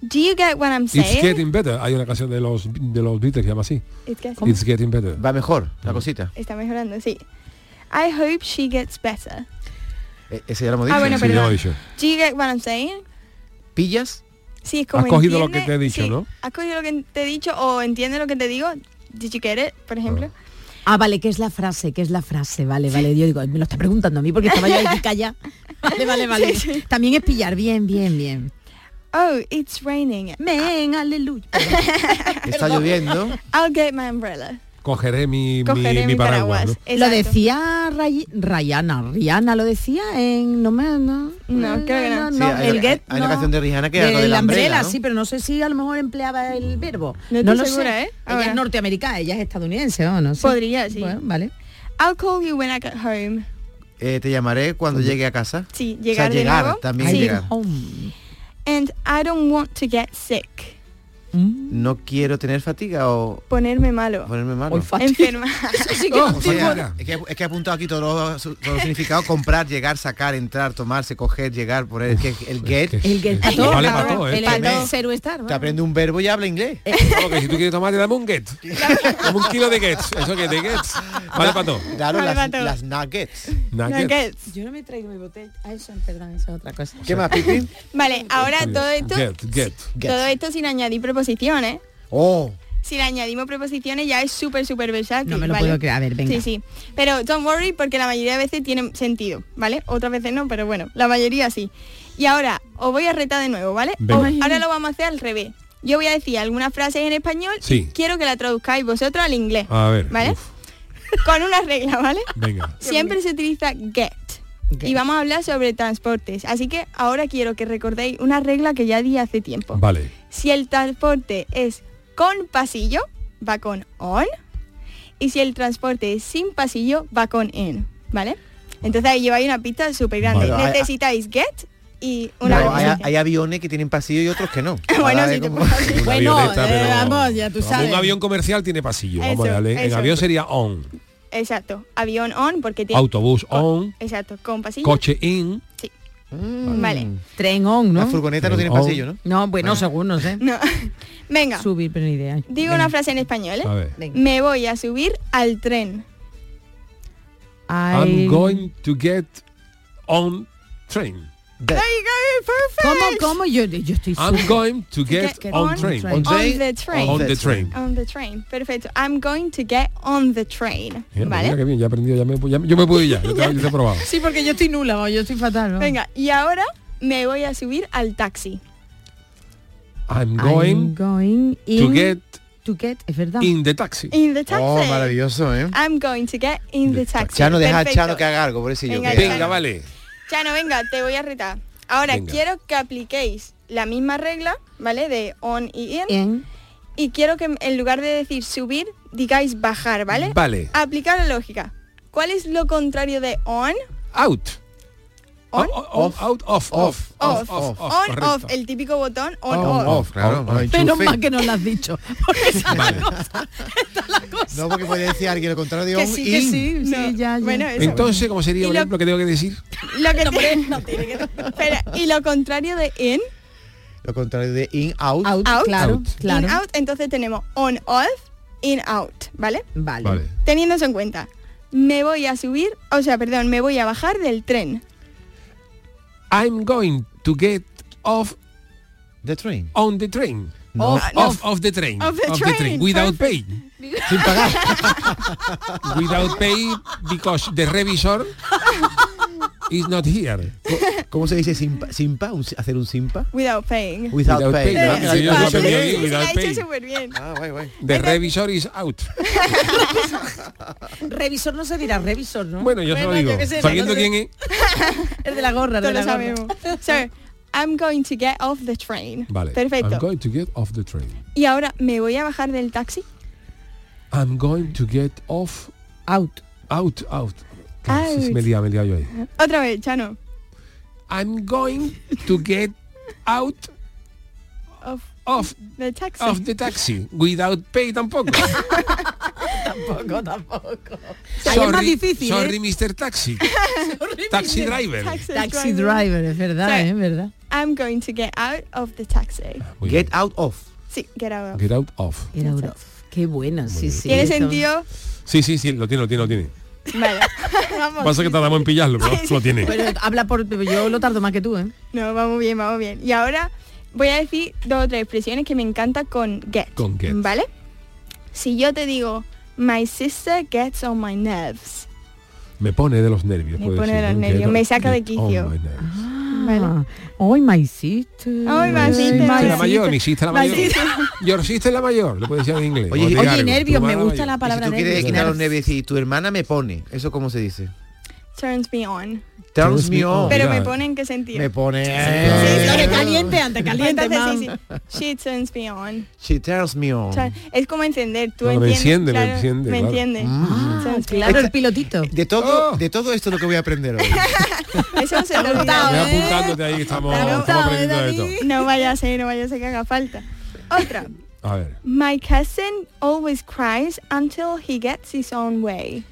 Speaker 8: Do you get what I'm saying?
Speaker 1: It's getting better. Hay una canción de los de los Beatles que se llama así.
Speaker 8: It's getting-
Speaker 1: It's getting better.
Speaker 7: Va mejor la cosita.
Speaker 8: Está mejorando, sí. I hope she gets better.
Speaker 7: E- ese ya lo hemos
Speaker 8: Ah,
Speaker 7: dicho.
Speaker 8: bueno,
Speaker 1: Sí, ya lo he dicho.
Speaker 8: Do you get what I'm saying?
Speaker 7: ¿Pillas?
Speaker 8: Sí, es como
Speaker 1: Has cogido lo
Speaker 8: entiende-
Speaker 1: que te he dicho,
Speaker 8: sí,
Speaker 1: ¿no?
Speaker 8: Has cogido lo que te he dicho o entiende lo que te digo. Did you get it, por ejemplo?
Speaker 6: Ah, vale, ¿qué es la frase? ¿Qué es la frase? Vale, vale. Yo digo, me lo está preguntando a mí porque estaba yo ahí calla. Vale, vale, vale.
Speaker 8: Sí, sí.
Speaker 6: También es pillar. Bien, bien, bien.
Speaker 8: Oh, it's raining.
Speaker 6: Men, aleluya.
Speaker 1: Está lloviendo.
Speaker 8: I'll get my umbrella.
Speaker 1: Cogeré mi, mi-
Speaker 8: Cogeré
Speaker 1: mi
Speaker 8: mi
Speaker 1: paraguas. ¿no?
Speaker 6: Lo decía Ray- Rihanna, Rihanna lo decía en no me no,
Speaker 8: No, creo que no.
Speaker 7: Sí, hay,
Speaker 6: el get
Speaker 7: hay una
Speaker 6: no.
Speaker 7: canción de Rihanna que
Speaker 6: De
Speaker 7: habla de
Speaker 6: la
Speaker 7: la
Speaker 6: umbrella,
Speaker 7: umbrella, ¿no?
Speaker 6: sí, pero no sé si a lo mejor empleaba el verbo.
Speaker 8: No
Speaker 6: No,
Speaker 8: estoy
Speaker 6: lo
Speaker 8: segura,
Speaker 6: sé.
Speaker 8: ¿eh?
Speaker 6: Ella
Speaker 8: Ahora.
Speaker 6: es norteamericana, ella es estadounidense, ¿no? no sé.
Speaker 8: Podría, sí.
Speaker 6: Bueno, vale.
Speaker 8: I'll call you when I get home.
Speaker 7: Eh, te llamaré cuando llegue a casa.
Speaker 8: Sí,
Speaker 7: O sea,
Speaker 8: llegar de
Speaker 7: llegar,
Speaker 8: nuevo.
Speaker 7: también
Speaker 8: Sí. Oh.
Speaker 7: llegar.
Speaker 8: And I don't want to get sick.
Speaker 7: No quiero tener fatiga o
Speaker 8: Ponerme malo.
Speaker 7: ponerme malo. Oh,
Speaker 8: Enferma.
Speaker 7: O sea, es, que, es que he apuntado aquí todos los todos los significados. Comprar, llegar, sacar, entrar, tomarse, coger, llegar, poner. es que el get.
Speaker 6: El get a todo.
Speaker 7: Vale para todo, ¿eh?
Speaker 6: El
Speaker 7: Para
Speaker 6: get
Speaker 7: todo.
Speaker 6: cero estar.
Speaker 7: Te aprende un verbo y habla inglés.
Speaker 1: Claro, que si tú quieres tomar, dame un get. Dame un kilo de gets. Eso que de gets. Vale para todo.
Speaker 7: Claro,
Speaker 1: Vale
Speaker 7: las,
Speaker 1: pa' todo.
Speaker 7: las nuggets.
Speaker 1: Nuggets.
Speaker 6: Yo no me traigo mi botella. Ah, eso, perdón, eso es otra cosa.
Speaker 7: ¿Qué más, Pipi?
Speaker 8: Vale, ahora todo esto,
Speaker 1: Get, get.
Speaker 8: todo esto sin añadir ¿eh? preposiciones.
Speaker 7: Oh.
Speaker 8: Si le añadimos preposiciones ya es súper, súper versátil.
Speaker 6: No me lo
Speaker 8: ¿vale?
Speaker 6: puedo creer. A ver, venga.
Speaker 8: Sí, sí. Pero don't worry porque la mayoría de veces tiene sentido, ¿vale? Otras veces no, pero bueno, la mayoría sí. Y ahora os voy a retar de nuevo, ¿vale?
Speaker 1: Venga.
Speaker 8: O- ahora lo vamos a hacer al revés. Yo voy a decir algunas frases en español y
Speaker 1: Sí.
Speaker 8: quiero que la traduzcáis vosotros al inglés.
Speaker 1: A ver,
Speaker 8: ¿Vale? Con una regla, ¿vale?
Speaker 1: Venga.
Speaker 8: Siempre se utiliza get. Y vamos a hablar sobre transportes. Así que ahora quiero que recordéis una regla que ya di hace tiempo.
Speaker 1: Vale.
Speaker 8: Si el transporte es con pasillo, va con on. Y si el transporte es sin pasillo, va con in. ¿Vale? Entonces ahí lleváis una pista súper grande.
Speaker 7: Vale.
Speaker 8: Necesitáis get y una
Speaker 7: Pero hay,
Speaker 8: preposición.
Speaker 7: hay aviones que tienen pasillo y otros que no.
Speaker 8: Bueno,
Speaker 7: Ahora
Speaker 8: sí,
Speaker 7: de
Speaker 8: te
Speaker 7: cómo-
Speaker 1: Una
Speaker 6: Bueno,
Speaker 1: avioneta,
Speaker 6: eh,
Speaker 1: pero-
Speaker 6: vamos, ya tú
Speaker 1: Vamos,
Speaker 6: sabes.
Speaker 1: Un avión comercial tiene pasillo. Vamos
Speaker 8: Eso,
Speaker 1: a darle. En
Speaker 8: eso.
Speaker 1: avión sería on.
Speaker 8: Exacto. Avión on porque tiene...
Speaker 1: Autobús
Speaker 8: Oh.
Speaker 1: on.
Speaker 8: Exacto. Con pasillo.
Speaker 1: Coche in.
Speaker 8: Sí. Vale.
Speaker 6: Tren on, ¿no?
Speaker 7: La furgoneta no tiene
Speaker 1: Tren on.
Speaker 7: pasillo, ¿no?
Speaker 6: No, bueno, según no sé.
Speaker 8: No. Venga.
Speaker 6: Subir, pero ni idea.
Speaker 8: Digo una frase en español. ¿eh?
Speaker 1: A ver.
Speaker 6: Venga.
Speaker 8: Me voy a subir al tren.
Speaker 6: Ay.
Speaker 1: I'm going to get on train.
Speaker 8: There you go, perfect.
Speaker 6: ¿Cómo, cómo? Yo, yo estoy
Speaker 1: I'm
Speaker 6: súper-
Speaker 1: going to get
Speaker 8: get
Speaker 1: on
Speaker 8: on
Speaker 1: train.
Speaker 6: train.
Speaker 8: On the train.
Speaker 1: On the train.
Speaker 8: On the train. Perfecto. I'm going to get on the train.
Speaker 1: Mira, pues mira
Speaker 8: ¿Vale?
Speaker 1: qué bien, ya he aprendido, ya me, ya- yo me puedo ir ya, yo te, yo te he probado.
Speaker 6: Sí, porque yo estoy nula, vamos, yo estoy fatal. vamos.
Speaker 8: Venga, y ahora me voy a subir al taxi.
Speaker 1: I'm
Speaker 6: I'm
Speaker 1: going
Speaker 6: going
Speaker 1: to
Speaker 6: in-
Speaker 1: get
Speaker 6: to get, es verdad.
Speaker 1: in the taxi.
Speaker 8: In the taxi.
Speaker 7: Oh, maravilloso, ¿eh?
Speaker 8: I'm going to get in the taxi.
Speaker 7: Chano, deja a Chano
Speaker 8: Perfecto.
Speaker 7: que haga algo, por eso yo.
Speaker 8: Venga,
Speaker 7: que-
Speaker 8: Chano.
Speaker 1: vale.
Speaker 8: Chano, venga, te voy a retar. Ahora
Speaker 1: Venga.
Speaker 8: quiero que apliquéis la misma regla, ¿vale? De on y in.
Speaker 6: En-
Speaker 8: Y quiero que en lugar de decir subir, digáis bajar, ¿vale?
Speaker 1: Vale.
Speaker 8: Aplicar la lógica. ¿Cuál es lo contrario de on?
Speaker 1: Out.
Speaker 8: On.
Speaker 1: O- o-
Speaker 7: Off.
Speaker 1: Out, off, off,
Speaker 8: Off.
Speaker 1: off,
Speaker 8: On,
Speaker 1: correcto.
Speaker 8: off. El típico botón on,
Speaker 7: On,
Speaker 8: off.
Speaker 7: off, claro.
Speaker 1: On,
Speaker 7: no, enchufe.
Speaker 6: Menos mal que no lo has dicho. Porque esa es la
Speaker 1: Vale.
Speaker 6: cosa. Esta es la cosa.
Speaker 7: No, porque puede decir alguien lo contrario de
Speaker 6: que
Speaker 7: on,
Speaker 6: sí, que
Speaker 7: in.
Speaker 6: sí, sí,
Speaker 8: No.
Speaker 6: ya, ya.
Speaker 8: Bueno, eso.
Speaker 1: Entonces, ¿cómo sería
Speaker 8: Y
Speaker 1: por
Speaker 8: lo-
Speaker 1: ejemplo, que tengo que decir?
Speaker 8: Lo que te- Espera, y lo contrario de in,
Speaker 7: Lo contrario de in, out.
Speaker 6: Out,
Speaker 8: Out.
Speaker 6: claro,
Speaker 1: Out.
Speaker 6: claro.
Speaker 8: in out, entonces tenemos on off, in out, ¿vale?
Speaker 6: Vale.
Speaker 1: Vale.
Speaker 8: Teniendo eso en cuenta, me voy a subir, o sea, perdón, me voy a bajar del tren.
Speaker 1: I'm going to get off
Speaker 7: The train.
Speaker 1: on the train.
Speaker 7: No.
Speaker 6: Ah,
Speaker 1: Off, off, off the train.
Speaker 8: Of the train,
Speaker 1: Without pay.
Speaker 7: Sin pagar.
Speaker 1: Without pay because the revisor is not here.
Speaker 7: ¿Cómo se dice simpa? simpa? Un- ¿Hacer un simpa?
Speaker 8: Without paying.
Speaker 7: Without,
Speaker 1: Without
Speaker 7: pay.
Speaker 1: pay, ¿no?
Speaker 7: Ah,
Speaker 1: Sí, yo lo
Speaker 7: ah,
Speaker 1: aprendí
Speaker 7: sí.
Speaker 1: ahí.
Speaker 8: Sí,
Speaker 1: without
Speaker 8: la he hecho
Speaker 1: pay.
Speaker 8: superbién.
Speaker 7: Ah, guay, guay.
Speaker 1: The revisor is out.
Speaker 6: Revisor no se dirá revisor, ¿no?
Speaker 1: Bueno, yo se lo
Speaker 6: Bueno,
Speaker 1: digo.
Speaker 6: yo qué sé,
Speaker 1: Sabiendo
Speaker 6: no sé.
Speaker 1: quién es.
Speaker 6: Es de la gorra, el
Speaker 8: Todos
Speaker 6: de
Speaker 8: lo
Speaker 6: la gorra.
Speaker 8: sabemos. So, I'm going to get off the train.
Speaker 1: Vale. I'm
Speaker 8: Perfecto.
Speaker 1: going to get off the train.
Speaker 8: Y ahora me voy a bajar del taxi.
Speaker 1: I'm going to get off
Speaker 6: Out.
Speaker 1: out out. Claro, sí, sí,
Speaker 8: Out.
Speaker 1: me he liado, me he liado yo ahí.
Speaker 8: Otra vez, Chano.
Speaker 1: I'm going to get out
Speaker 8: Off,
Speaker 1: off
Speaker 8: the taxi.
Speaker 1: Off the taxi. Without pay tampoco.
Speaker 6: tampoco, tampoco.
Speaker 1: Sorry,
Speaker 6: Ahí es más difícil. ¿eh?
Speaker 1: sorry, Mr. Taxi. taxi driver.
Speaker 6: Taxi driver, es verdad,
Speaker 8: Sorry.
Speaker 6: ¿eh? es verdad.
Speaker 8: I'm going to get out of the taxi.
Speaker 7: Get out of.
Speaker 8: Sí, get out of.
Speaker 1: Get out off.
Speaker 6: Era Europa. Qué buena, sí, sí.
Speaker 8: ¿Tiene
Speaker 6: eso.
Speaker 8: sentido?
Speaker 1: Sí, sí, sí, lo tiene, lo tiene, lo tiene.
Speaker 8: Vale. Vamos.
Speaker 1: Pasa que tardamos en pillarlo, pero lo tiene.
Speaker 6: Pero habla por yo lo tardo más que tú, ¿eh?
Speaker 8: No, vamos bien, vamos bien. Y ahora voy a decir dos o tres expresiones que me encanta con get.
Speaker 1: Con get.
Speaker 8: ¿Vale? Si yo te digo, my sister gets on my nerves.
Speaker 1: Me pone de los nervios.
Speaker 8: Me
Speaker 1: puede
Speaker 8: pone de
Speaker 1: decir,
Speaker 8: los
Speaker 1: ¿no? Get
Speaker 8: nervios,
Speaker 1: on-
Speaker 8: me saca de
Speaker 1: get on
Speaker 8: quicio.
Speaker 1: my nerves.
Speaker 6: Ah, Hoy my sister.
Speaker 8: Hoy my sister.
Speaker 1: Mi sister
Speaker 8: My
Speaker 1: la mayor, mi sister la mayor.
Speaker 6: My sister.
Speaker 1: Your sister la mayor, le puede decir en inglés. O de algo. Tu hermana
Speaker 7: Y Si tú
Speaker 1: mayor.
Speaker 7: quieres
Speaker 1: nervios.
Speaker 7: quitar los nervios y decir, tu hermana me pone, ¿eso cómo se dice?
Speaker 8: Turns me on.
Speaker 7: Turns me on.
Speaker 8: Pero me pone en qué sentido.
Speaker 7: Me pone...
Speaker 6: Pero caliente antes, caliente,
Speaker 8: Entonces,
Speaker 6: mam.
Speaker 8: sí, sí. She turns me on.
Speaker 7: She turns me on.
Speaker 8: O sea, es como encender, tú
Speaker 7: Claro, me
Speaker 8: entiendes.
Speaker 7: enciende, me
Speaker 8: claro,
Speaker 7: enciende,
Speaker 8: Me
Speaker 7: claro.
Speaker 8: entiende. Ah,
Speaker 7: Mm.
Speaker 8: Turns me
Speaker 6: Claro,
Speaker 8: on.
Speaker 6: el pilotito.
Speaker 7: De
Speaker 1: Oh.
Speaker 7: todo, de todo esto es lo que voy a aprender hoy.
Speaker 8: Eso se te
Speaker 1: Ve
Speaker 7: ¿eh?
Speaker 8: olvida.
Speaker 1: apuntándote ahí que estamos,
Speaker 8: ¿eh,
Speaker 1: estamos aprendiendo de todo.
Speaker 8: No vaya a ser, no vaya a ser que haga falta. Otra.
Speaker 1: A ver.
Speaker 8: My cousin always cries until he gets his own way.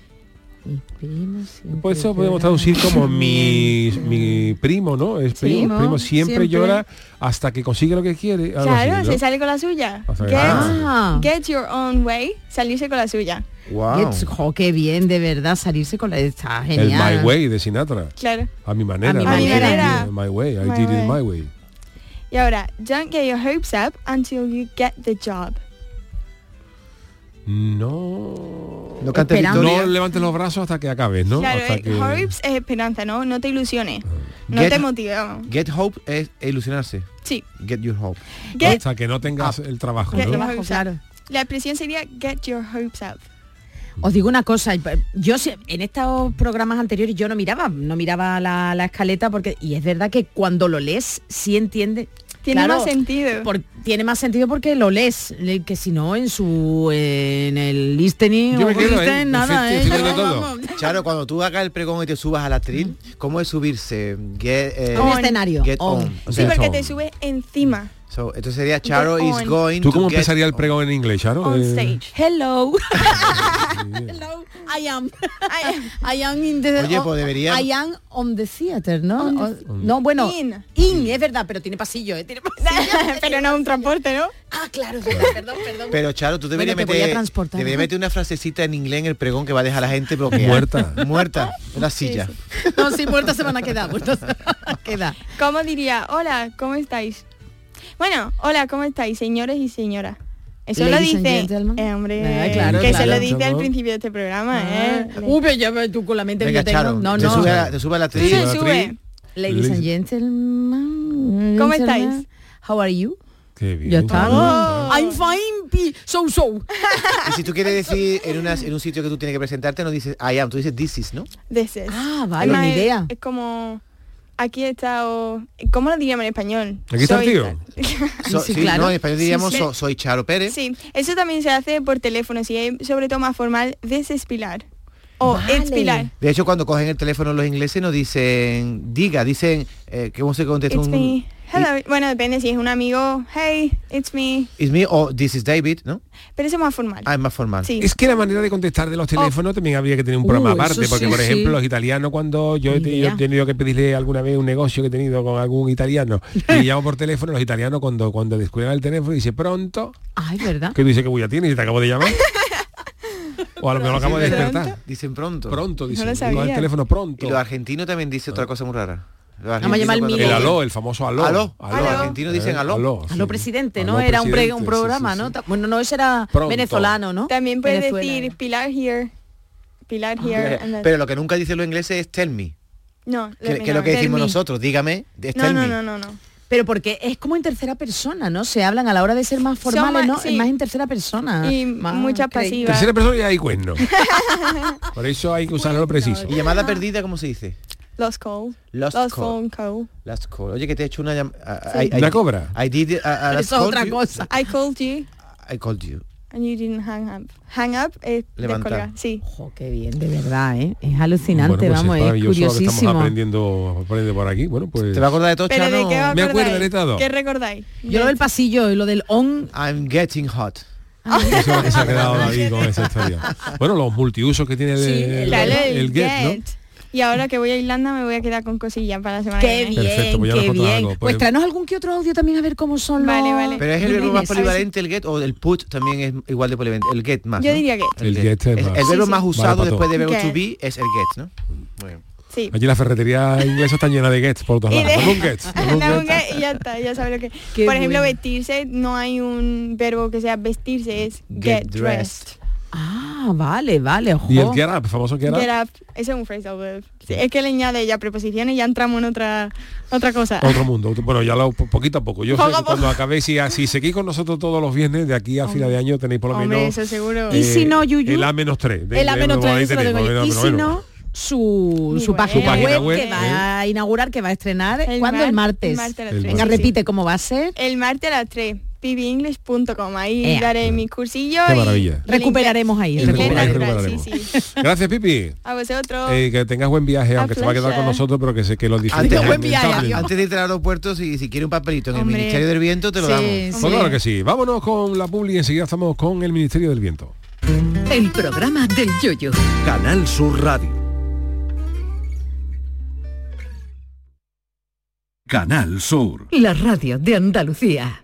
Speaker 1: Por pues eso podemos traducir como mi, mi primo, ¿no? Es primo,
Speaker 8: Primo,
Speaker 1: primo siempre,
Speaker 8: siempre.
Speaker 1: llora hasta que consigue lo que quiere. algo
Speaker 8: Claro,
Speaker 1: así, ¿no?
Speaker 8: se sale con la suya.
Speaker 1: O sea,
Speaker 8: Get,
Speaker 1: ah.
Speaker 8: get your own way, salirse con la suya.
Speaker 6: Gets- jo, Oh, qué bien, de verdad, salirse con la... Está
Speaker 1: El
Speaker 6: genial.
Speaker 1: My Way de Sinatra.
Speaker 8: Claro.
Speaker 1: A mi manera.
Speaker 6: A mi
Speaker 1: ¿no?
Speaker 8: manera.
Speaker 1: Sí, My Way. I
Speaker 8: My
Speaker 1: did it
Speaker 8: way.
Speaker 1: my way.
Speaker 8: Y ahora, don't get your hopes up until you get the job.
Speaker 1: No.
Speaker 7: No cantes Esperamos. victoria.
Speaker 1: No levantes los brazos hasta que acabes, ¿no?
Speaker 8: Claro,
Speaker 1: hasta
Speaker 8: eh,
Speaker 1: que... Ah.
Speaker 8: hopes es esperanza, ¿no? No te ilusiones. No
Speaker 7: Get-
Speaker 8: te motives. vamos.
Speaker 7: Get hope es ilusionarse.
Speaker 8: Sí.
Speaker 7: Get your hope. Ah.
Speaker 8: Get-
Speaker 1: Hasta que no tengas el trabajo,
Speaker 8: Get your
Speaker 1: ¿no?
Speaker 8: hopes up. La expresión sería get your hopes up.
Speaker 6: Os digo una cosa, yo si- en estos programas anteriores yo no miraba, no miraba la, la escaleta porque y es verdad que cuando lo lees sí entiende.
Speaker 8: Tiene más sentido.
Speaker 6: por- tiene más sentido porque lo lees, le- que si no en su eh, en el listening
Speaker 7: Yo
Speaker 6: o
Speaker 7: me quedo,
Speaker 6: listen,
Speaker 7: ¿eh?
Speaker 6: nada,
Speaker 7: Estoy-
Speaker 6: ¿eh?
Speaker 7: estoy
Speaker 6: Yo-
Speaker 7: viendo todo.
Speaker 6: vamos.
Speaker 7: Charo, cuando tú hagas el pregón y te subas al atril, ¿cómo es subirse? Get, eh,
Speaker 6: A un escenario,
Speaker 7: Get
Speaker 6: on.
Speaker 7: on. O
Speaker 8: Sí,
Speaker 7: sea,
Speaker 8: porque te sube encima.
Speaker 7: so, entonces sería
Speaker 1: Oh,
Speaker 7: Charo
Speaker 8: Get
Speaker 7: is
Speaker 8: on.
Speaker 7: going
Speaker 1: ¿Tú
Speaker 7: to
Speaker 1: cómo
Speaker 7: get-
Speaker 1: empezaría el pregón en inglés, Charo?
Speaker 8: On
Speaker 1: Eh,
Speaker 8: stage.
Speaker 6: Hello. Hello, I am. I am in the
Speaker 7: Oye, pues debería-
Speaker 6: I am on the theater, ¿no? O- no, bueno, in.
Speaker 8: In.
Speaker 6: es verdad, pero tiene pasillo, ¿eh? Tiene pasillo.
Speaker 8: Pero no un transporte, ¿no?
Speaker 6: ah, claro, es verdad, perdón, perdón.
Speaker 7: Pero Charo, tú deberías
Speaker 6: Bueno, te voy a
Speaker 7: meter,
Speaker 6: transportar.
Speaker 7: deberías meter una frasecita en inglés en el pregón que va a dejar a la gente bloqueada.
Speaker 1: Muerta.
Speaker 7: Muerta. En la silla.
Speaker 6: No, si muertos se van a quedar, muertos se van a quedar.
Speaker 8: ¿Cómo diría? Hola, ¿cómo estáis? Bueno, hola, ¿cómo estáis, señores y señoras? Eso lo
Speaker 6: Ladies and
Speaker 8: dice,
Speaker 6: gentlemen.
Speaker 8: eh, hombre,
Speaker 6: Ah, claro,
Speaker 8: que se
Speaker 6: claro. Ah,
Speaker 8: lo dice al
Speaker 1: Claro.
Speaker 8: principio de este programa, ¿eh?
Speaker 6: Uy, pero ya ve tú con la mente que
Speaker 7: Venga,
Speaker 6: yo tengo.
Speaker 7: Charo.
Speaker 6: no,
Speaker 7: te,
Speaker 6: no.
Speaker 7: Sube a, te sube al atril.
Speaker 8: Se sube.
Speaker 6: Ladies and gentlemen.
Speaker 8: ¿Cómo
Speaker 6: gentlemen,
Speaker 8: estáis?
Speaker 6: How are you?
Speaker 1: Qué bien.
Speaker 6: Ya está.
Speaker 8: Oh.
Speaker 6: Ah, I'm fine, pi- so so.
Speaker 7: Y si tú quieres decir en, una- en un sitio que tú tienes que presentarte, no dices I am, tú dices this is, ¿no?
Speaker 8: This is.
Speaker 6: Ah, vale,
Speaker 8: Además,
Speaker 6: ni
Speaker 8: es-
Speaker 6: idea.
Speaker 8: Es, como, aquí está, o, ¿cómo lo diríamos en español?
Speaker 1: Aquí está el
Speaker 8: Soy
Speaker 1: tío.
Speaker 8: tal.
Speaker 7: So-
Speaker 6: Sí,
Speaker 7: sí,
Speaker 6: claro.
Speaker 7: no, en español
Speaker 6: Sí,
Speaker 7: diríamos
Speaker 6: sí.
Speaker 7: so- soy Charo Pérez.
Speaker 8: Sí, eso también se hace por teléfono, si es sobre todo más formal, this is Pilar. O
Speaker 6: Vale.
Speaker 8: it's Pilar.
Speaker 7: De hecho, cuando cogen el teléfono los ingleses no dicen diga, dicen eh, ¿cómo se contesta
Speaker 8: It's
Speaker 7: un
Speaker 8: me. Hello. Bueno, depende si es un amigo, hey, it's me.
Speaker 7: It's me o this is David, ¿no?
Speaker 8: Pero eso es más formal.
Speaker 7: Ah, es más formal.
Speaker 8: Sí.
Speaker 1: Es que la manera de contestar de los teléfonos también había que tener un programa
Speaker 6: Uh, Oh. eso
Speaker 1: aparte, porque
Speaker 6: sí,
Speaker 1: por
Speaker 6: sí.
Speaker 1: ejemplo los italianos cuando yo he,
Speaker 6: Ni
Speaker 1: tenido,
Speaker 6: idea.
Speaker 1: he tenido que pedirle alguna vez un negocio que he tenido con algún italiano y llamo por teléfono, los italianos cuando cuando descuidan el teléfono dice pronto,
Speaker 6: Ay, Ah, ¿verdad?
Speaker 1: que tú dices que bulla tienes y te acabo de llamar. O a lo mejor lo acabo de
Speaker 7: ¿Pronto?
Speaker 1: despertar.
Speaker 7: Dicen pronto.
Speaker 1: Pronto, dice.
Speaker 8: lo
Speaker 1: digo,
Speaker 8: sabía.
Speaker 1: el teléfono
Speaker 7: Y
Speaker 1: pronto.
Speaker 7: los argentinos también dicen otra cosa muy rara. Los
Speaker 6: Vamos a
Speaker 7: argentinos
Speaker 6: llamar al
Speaker 7: cuando-
Speaker 1: El
Speaker 6: Miguel.
Speaker 1: aló, el famoso aló. Eh,
Speaker 7: Aló.
Speaker 1: Los
Speaker 7: Aló. Argentinos dicen aló.
Speaker 6: A lo
Speaker 7: Ah,
Speaker 6: presidente, ¿no?
Speaker 1: Aló,
Speaker 6: Era un, pre- un
Speaker 1: presidente, sí,
Speaker 6: programa,
Speaker 1: sí,
Speaker 6: ¿no?
Speaker 1: sí.
Speaker 6: Ta- Bueno, no, ese era
Speaker 1: Pronto.
Speaker 6: venezolano, ¿no?
Speaker 8: También puedes
Speaker 6: Venezuela,
Speaker 8: decir
Speaker 6: era.
Speaker 8: Pilar here, Pilar here. and
Speaker 7: Eh, Pero,
Speaker 8: that.
Speaker 7: pero lo que nunca dicen los ingleses es tell me,
Speaker 8: no,
Speaker 7: que,
Speaker 8: let me
Speaker 7: que es lo
Speaker 8: know.
Speaker 7: que decimos
Speaker 8: Tell me.
Speaker 7: nosotros, dígame, es
Speaker 8: No,
Speaker 7: tell
Speaker 8: no,
Speaker 7: me.
Speaker 8: no, no, no.
Speaker 6: Pero porque es como en tercera persona, ¿no? Se hablan a la hora de ser más formales,
Speaker 8: más-
Speaker 6: ¿no?
Speaker 8: sí.
Speaker 6: Más en tercera persona.
Speaker 8: Y
Speaker 6: más
Speaker 8: muchas
Speaker 6: creí-
Speaker 8: pasivas.
Speaker 1: Tercera persona y hay cuerno. Por eso hay que usarlo lo preciso.
Speaker 7: Y llamada perdida, ¿cómo se dice?
Speaker 8: Lost call.
Speaker 7: Lost call.
Speaker 8: phone call.
Speaker 7: Last call. Oye, que te he hecho una llamada.
Speaker 1: Una cobra.
Speaker 7: I did, uh, uh, last
Speaker 6: Eso es
Speaker 7: call
Speaker 6: otra
Speaker 7: you-
Speaker 6: cosa.
Speaker 8: I called you.
Speaker 7: I called you.
Speaker 8: And you didn't hang up. Hang up es
Speaker 6: Levantar.
Speaker 8: descolgar, sí.
Speaker 6: qué bien, de verdad, ¿eh? Es alucinante,
Speaker 1: Bueno, pues
Speaker 6: vamos, es
Speaker 1: maravilloso lo que Estamos
Speaker 6: curiosísimo.
Speaker 1: aprendiendo, aprende por aquí. Bueno, pues.
Speaker 7: ¿Te va a acordar de Tocha,
Speaker 8: Pero ¿de qué os
Speaker 1: Me acuerdo,
Speaker 8: acordáis?
Speaker 1: Neto.
Speaker 8: ¿Qué recordáis?
Speaker 6: Yo lo del pasillo y lo del on.
Speaker 7: I'm getting hot.
Speaker 1: Eso que se ha quedado ahí con esa historia. Bueno, los multiusos que tiene el, el,
Speaker 8: Dale
Speaker 1: el Get, ¿no?
Speaker 8: Y ahora que voy a Irlanda me voy a quedar con cosillas para la semana que
Speaker 6: Qué
Speaker 8: viene.
Speaker 1: Perfecto, pues ya nos
Speaker 6: Qué
Speaker 1: contarás
Speaker 6: bien.
Speaker 1: algo.
Speaker 6: Pues,
Speaker 1: Pues-
Speaker 6: tráenos algún que otro audio también a ver cómo son
Speaker 8: Vale,
Speaker 6: los...
Speaker 8: vale.
Speaker 7: Pero es el verbo
Speaker 6: Dime,
Speaker 7: más
Speaker 6: dime.
Speaker 7: polivalente, el get o el put también es igual de polivalente. El get más.
Speaker 8: Yo
Speaker 7: ¿no?
Speaker 8: diría get.
Speaker 1: El get es
Speaker 7: Es-
Speaker 1: más-
Speaker 7: el verbo
Speaker 1: Sí, sí.
Speaker 7: más
Speaker 1: Vale,
Speaker 7: usado
Speaker 1: Pato.
Speaker 7: después de verbo
Speaker 8: Get.
Speaker 7: to be es el get, ¿no? Muy bien.
Speaker 8: Sí.
Speaker 1: Allí las ferreterías inglesas están llenas de Gets por todos
Speaker 8: Y
Speaker 1: lados.
Speaker 8: de-
Speaker 1: Dame un Get. dame un
Speaker 8: Dame un
Speaker 1: Get.
Speaker 8: get y ya está, ya sabes lo que.
Speaker 6: Qué
Speaker 8: Por ejemplo,
Speaker 6: bueno.
Speaker 8: vestirse, no hay un verbo que sea vestirse, es get,
Speaker 1: Get dressed.
Speaker 8: dressed.
Speaker 6: Ah, vale, vale, ojo.
Speaker 1: Y el Get Up, famoso Get Up.
Speaker 8: Get up. Ese es un phrasal verb. Sí, es que le añade ya preposiciones y ya entramos en otra otra cosa.
Speaker 1: Otro mundo. otro- Bueno, ya lo po- poquito a poco. Yo
Speaker 8: Poco
Speaker 1: sé
Speaker 8: a
Speaker 1: que
Speaker 8: poco.
Speaker 1: cuando acabéis, si, si seguís con nosotros todos los viernes, de aquí a final de año tenéis por lo
Speaker 8: Hombre,
Speaker 1: menos... eh,
Speaker 8: eso seguro.
Speaker 6: Y si no, Yuyu,
Speaker 1: El A-3. de
Speaker 6: El
Speaker 1: inglés,
Speaker 6: A-3
Speaker 1: bueno, ahí
Speaker 6: se lo
Speaker 1: tenemos,
Speaker 6: tengo yo.
Speaker 1: el
Speaker 6: Y si
Speaker 1: A-3.
Speaker 6: no, su, su
Speaker 8: Su
Speaker 6: página
Speaker 1: página
Speaker 6: web,
Speaker 1: web, ¿eh?
Speaker 6: que va a inaugurar, que va a estrenar. ¿Cuándo?
Speaker 8: mar-
Speaker 6: el martes.
Speaker 8: el martes a las
Speaker 1: El
Speaker 8: tres,
Speaker 6: Venga,
Speaker 8: sí, sí.
Speaker 6: repite cómo va a ser.
Speaker 8: El martes a las 3, pbinglish.com. Ahí
Speaker 6: Ea.
Speaker 8: daré mi cursillo.
Speaker 1: Qué
Speaker 8: y-
Speaker 1: maravilla.
Speaker 8: y el
Speaker 6: Recuperaremos ahí,
Speaker 8: inglés- inglés
Speaker 1: recuperaremos.
Speaker 8: natural, sí, sí.
Speaker 1: Gracias, Pipi.
Speaker 8: A vosotros.
Speaker 1: Eh, que tengas buen viaje, aunque te va a quedar con
Speaker 8: pleasure.
Speaker 1: nosotros, pero que sé que lo disfrutes.
Speaker 7: Antes,
Speaker 1: en el
Speaker 7: antes-
Speaker 1: tablet.
Speaker 7: antes de entrar al aeropuerto, si, si quiere un papelito en
Speaker 8: Hombre.
Speaker 7: el Ministerio del Viento, te lo
Speaker 6: Sí,
Speaker 7: damos.
Speaker 1: Pues claro que sí. Vámonos con la publi y enseguida estamos con el Ministerio del Viento.
Speaker 4: El programa del yoyo.
Speaker 12: Canal Sur Radio. Canal Sur.
Speaker 4: La radio de Andalucía.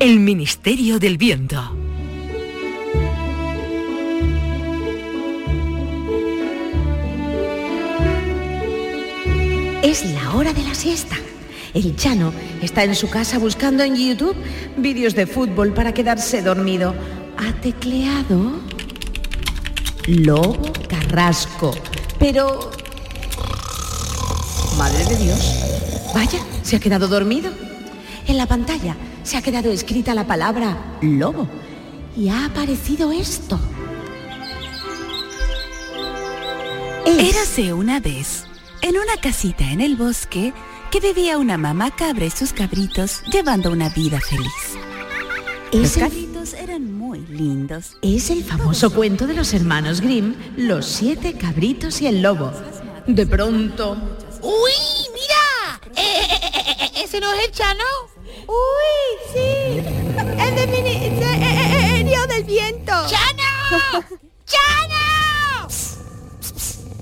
Speaker 4: El Ministerio del Viento.
Speaker 13: Es la hora de la siesta. El Chano está en su casa buscando en YouTube vídeos de fútbol para quedarse dormido. Ha tecleado Lobo Carrasco. Pero... Madre de Dios. Vaya, se ha quedado dormido. En la pantalla se ha quedado escrita la palabra lobo. Y ha aparecido esto.
Speaker 14: Érase una vez, en una casita en el bosque, que vivía una mamá cabra y sus cabritos llevando una vida feliz. Los
Speaker 13: el-
Speaker 14: cabritos eran muy lindos.
Speaker 13: Es el famoso cuento de los hermanos Grimm, Los siete cabritos y el lobo. De pronto...
Speaker 15: ¡Uy, mira! Eh, eh, eh, eh, eh, ¡Ese no es el Chano! ¡Uy, sí! ¡El de eh, Ministerio del Viento! ¡Chano! ¡Chano!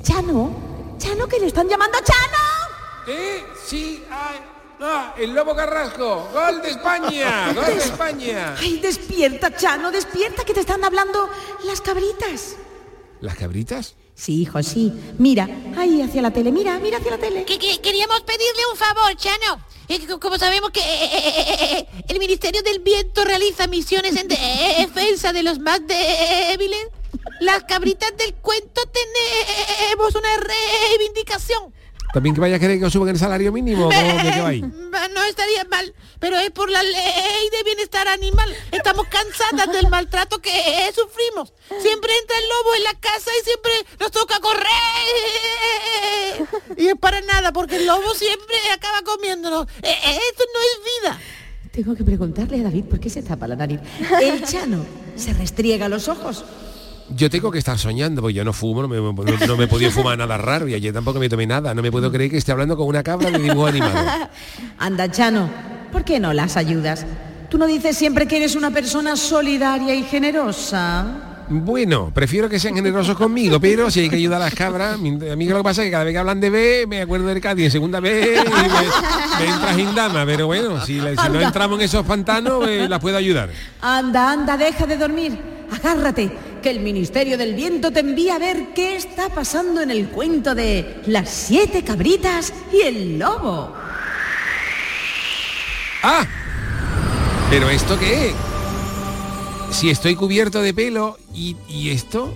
Speaker 13: Chano, Chano, que le están llamando a Chano.
Speaker 5: Sí, sí, ay, no, el Lobo Carrasco, gol de España, gol de España.
Speaker 13: Ay, despierta, Chano, despierta, que te están hablando las cabritas.
Speaker 1: ¿Las cabritas?
Speaker 6: Sí, hijo, sí. Mira, ahí hacia la tele, Ah, mira, mira hacia la tele.
Speaker 15: Que- que- queríamos pedirle un favor, Chano. Eh, co- como sabemos que eh, eh, eh, eh, eh, el Ministerio del Viento realiza misiones en de- eh, defensa de los más débiles, las cabritas del cuento tenemos una reivindicación.
Speaker 1: ¿También que vaya a querer que os suban el salario mínimo? ¿o ¿De qué va ahí?
Speaker 15: Ma- No estaría mal, pero es por la ley de bienestar animal. Estamos cansadas del maltrato que eh, sufrimos. Siempre entra el lobo en la casa y siempre nos toca correr. Y es para nada, porque el lobo siempre acaba comiéndonos. Eh, eh, Esto no es vida.
Speaker 13: Tengo que preguntarle a David por qué se tapa la nariz. El Chano se restriega los ojos.
Speaker 1: Yo tengo que estar soñando, porque yo no fumo, no me, no- no me he podido fumar nada raro y ayer tampoco me tomé nada. No me puedo creer que esté hablando con una cabra de dibujo animado.
Speaker 6: Anda, Chano, ¿por qué no las ayudas? Tú no dices siempre que eres una persona solidaria y generosa.
Speaker 1: Bueno, prefiero que sean generosos conmigo, pero si hay que ayudar a las cabras, mi- a mí lo que pasa es que cada vez que hablan de B, me acuerdo del Cádiz en segunda vez y me, me entra Gindama, pero bueno, si, la- si no
Speaker 6: Anda.
Speaker 1: entramos en esos pantanos, eh, las puedo ayudar.
Speaker 6: Anda, anda, deja de dormir. Agárrate, que el Ministerio del Viento te envía a ver qué está pasando en el cuento de las siete cabritas y el lobo.
Speaker 1: ¡Ah! ¿Pero esto qué es? Si estoy cubierto de pelo y, y esto,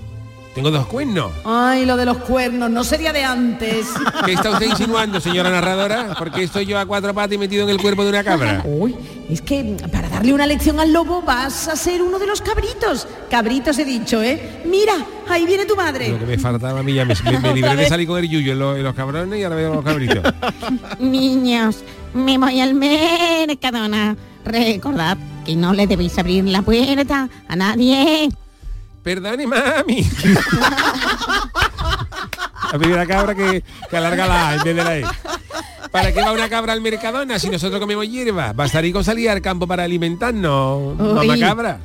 Speaker 1: tengo dos cuernos.
Speaker 6: Ay, lo de los cuernos, no sería de antes.
Speaker 1: ¿Qué está usted insinuando, señora narradora? ¿Por qué estoy yo a cuatro patas y metido en el cuerpo de una cabra?
Speaker 6: Uy, es que para darle una lección al lobo vas a ser uno de los cabritos. Cabritos he dicho, ¿eh? Mira, ahí viene tu madre.
Speaker 1: Lo que me faltaba a mí ya me, me- me libré de salir con el yuyo en los, en los cabrones y ahora veo los cabritos.
Speaker 16: Niños, me voy al Mercadona. Recordad que no le debéis abrir la puerta a nadie.
Speaker 1: Perdone, mami. La primera cabra que, que alarga la A en vez de la E. ¿Para qué va una cabra al Mercadona si nosotros comemos hierba? Bastaría con salir al campo para alimentarnos,
Speaker 16: Uy.
Speaker 1: mamá cabra.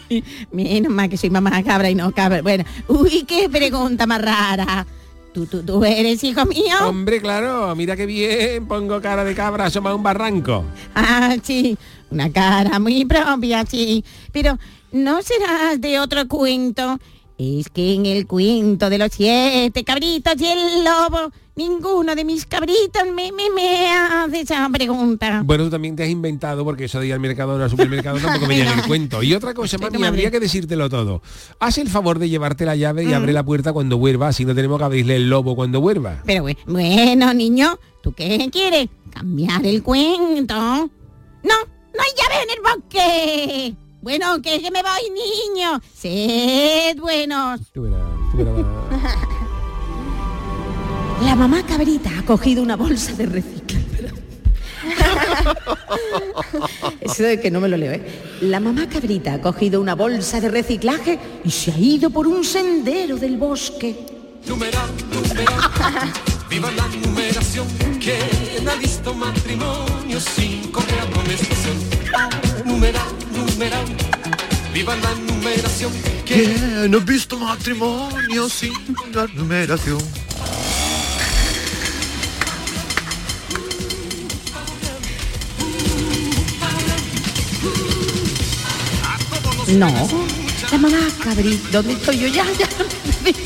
Speaker 16: Menos mal que soy mamá cabra y no cabra. Bueno, uy, qué pregunta más rara. ¿Tú, tú, tú eres hijo mío?
Speaker 1: Hombre, claro, mira qué bien, pongo cara de cabra, asoma a un barranco.
Speaker 16: Ah, sí, una cara muy propia, sí. Pero no serás de otro cuento. Es que en el cuento de los siete cabritos y el lobo, ninguno de mis cabritos me, me, me hace esa pregunta.
Speaker 1: Bueno, tú también te has inventado, porque eso de ir al Mercadona, al supermercado, tampoco venía en el cuento. Y otra cosa,
Speaker 16: Estoy
Speaker 1: mami,
Speaker 16: tomando.
Speaker 1: habría que decírtelo todo. Haz el favor de llevarte la llave y
Speaker 16: Mm.
Speaker 1: abre la puerta cuando vuelva, así no tenemos que abrirle el lobo cuando vuelva.
Speaker 16: Pero bu- bueno, niño, ¿tú qué quieres? ¿Cambiar el cuento? No, no hay llave en el bosque. Bueno, que, que me voy, niño. Sed buenos.
Speaker 1: Tú verás, tú verás.
Speaker 6: La mamá cabrita ha cogido una bolsa de reciclaje. Eso de que no me lo leo, ¿eh? La mamá cabrita ha cogido una bolsa de reciclaje y se ha ido por un sendero del bosque.
Speaker 17: Numerar, numerar, viva la numeración, que ha visto matrimonio sin correr a amonestación. Ah, Numerar, numerar, viva la numeración, que
Speaker 18: no he visto matrimonio sin una numeración.
Speaker 6: No. La mamá cabrita. ¿Dónde estoy yo ya? ya me veo.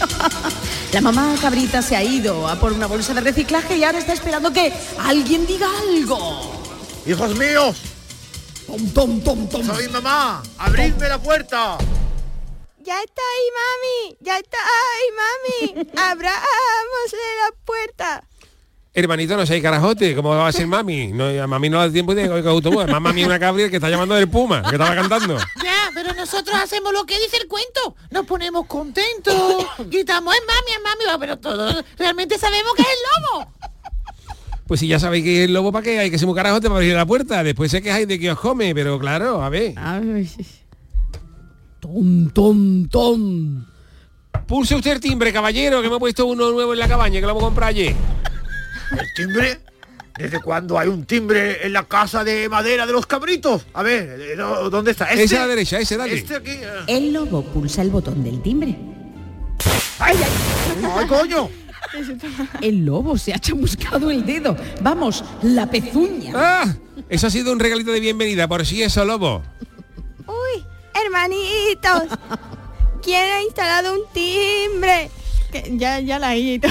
Speaker 6: La mamá cabrita se ha ido a por una bolsa de reciclaje y ahora está esperando que alguien diga algo.
Speaker 18: ¡Hijos míos! ¡Soy mamá! ¡Abridme la puerta!
Speaker 15: Ya está ahí, mami. Ya está ahí, mami. Abramosle la puerta.
Speaker 1: Hermanito, no seas carajote, ¿cómo va a ser mami? No, a mami no da tiempo de coger autobús. Además, mami es una cabra que está llamando del Puma, que estaba cantando.
Speaker 15: Ya, pero nosotros hacemos lo que dice el cuento. Nos ponemos contentos. Gritamos, es mami, es mami. Bueno, Pero todos realmente sabemos que es el lobo.
Speaker 1: Pues si ya sabéis que es el lobo, ¿para qué? Hay que ser muy carajote para abrir la puerta. Después sé que hay de que os come, pero claro, a ver.
Speaker 6: Tom, tom, tom.
Speaker 1: Pulse usted el timbre, caballero, que me ha puesto uno nuevo en la cabaña, que lo hemos comprado ayer.
Speaker 18: ¿El timbre? ¿Desde cuándo hay un timbre en la casa de madera de los cabritos? A ver, eh, no, ¿dónde está?
Speaker 1: Ese a la derecha, ese, dale.
Speaker 18: Este aquí. eh.
Speaker 13: El lobo pulsa el botón del timbre.
Speaker 18: ¡Ay, ay! ¡Ay, coño!
Speaker 6: El lobo se ha chamuscado el dedo. Vamos, la pezuña.
Speaker 1: ¡Ah! Eso ha sido un regalito de bienvenida, por si eso, lobo.
Speaker 15: Uy, hermanitos.
Speaker 8: ¿Quién ha instalado un timbre? Que ya, ya la he ido.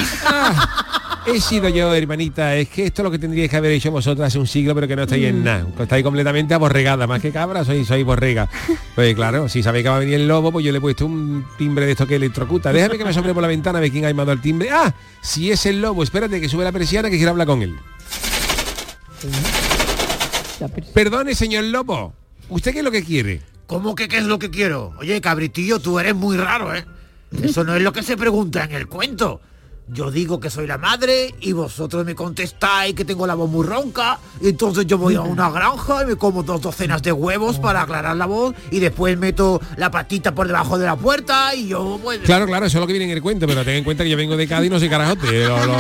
Speaker 1: He sido yo, hermanita. Es que esto es lo que tendríais que haber hecho vosotras hace un siglo, pero que no estáis
Speaker 18: Mm.
Speaker 1: en nada. Estáis completamente aborregada. Más que cabra, sois, sois borrega. Pues claro, si sabéis que va a venir el lobo, pues yo le he puesto un timbre de esto que electrocuta. Déjame que me asombre por la ventana a ver quién ha llamado al timbre. ¡Ah! Si es el lobo, espérate que sube la persiana que quiero hablar con él. Perdone, señor lobo. ¿Usted qué es lo que quiere?
Speaker 18: ¿Cómo que qué es lo que quiero? Oye, cabritillo, tú eres muy raro, ¿eh? Eso no es lo que se pregunta en el cuento. Yo digo que soy la madre y vosotros me contestáis que tengo la voz muy ronca. Y entonces yo voy a una granja y me como dos docenas de huevos para aclarar la voz y después meto la patita por debajo de la puerta y yo pues...
Speaker 1: Claro, claro, eso es lo que viene en el cuento, pero ten en cuenta que yo vengo de Cádiz y no soy carajote. Lo- lo-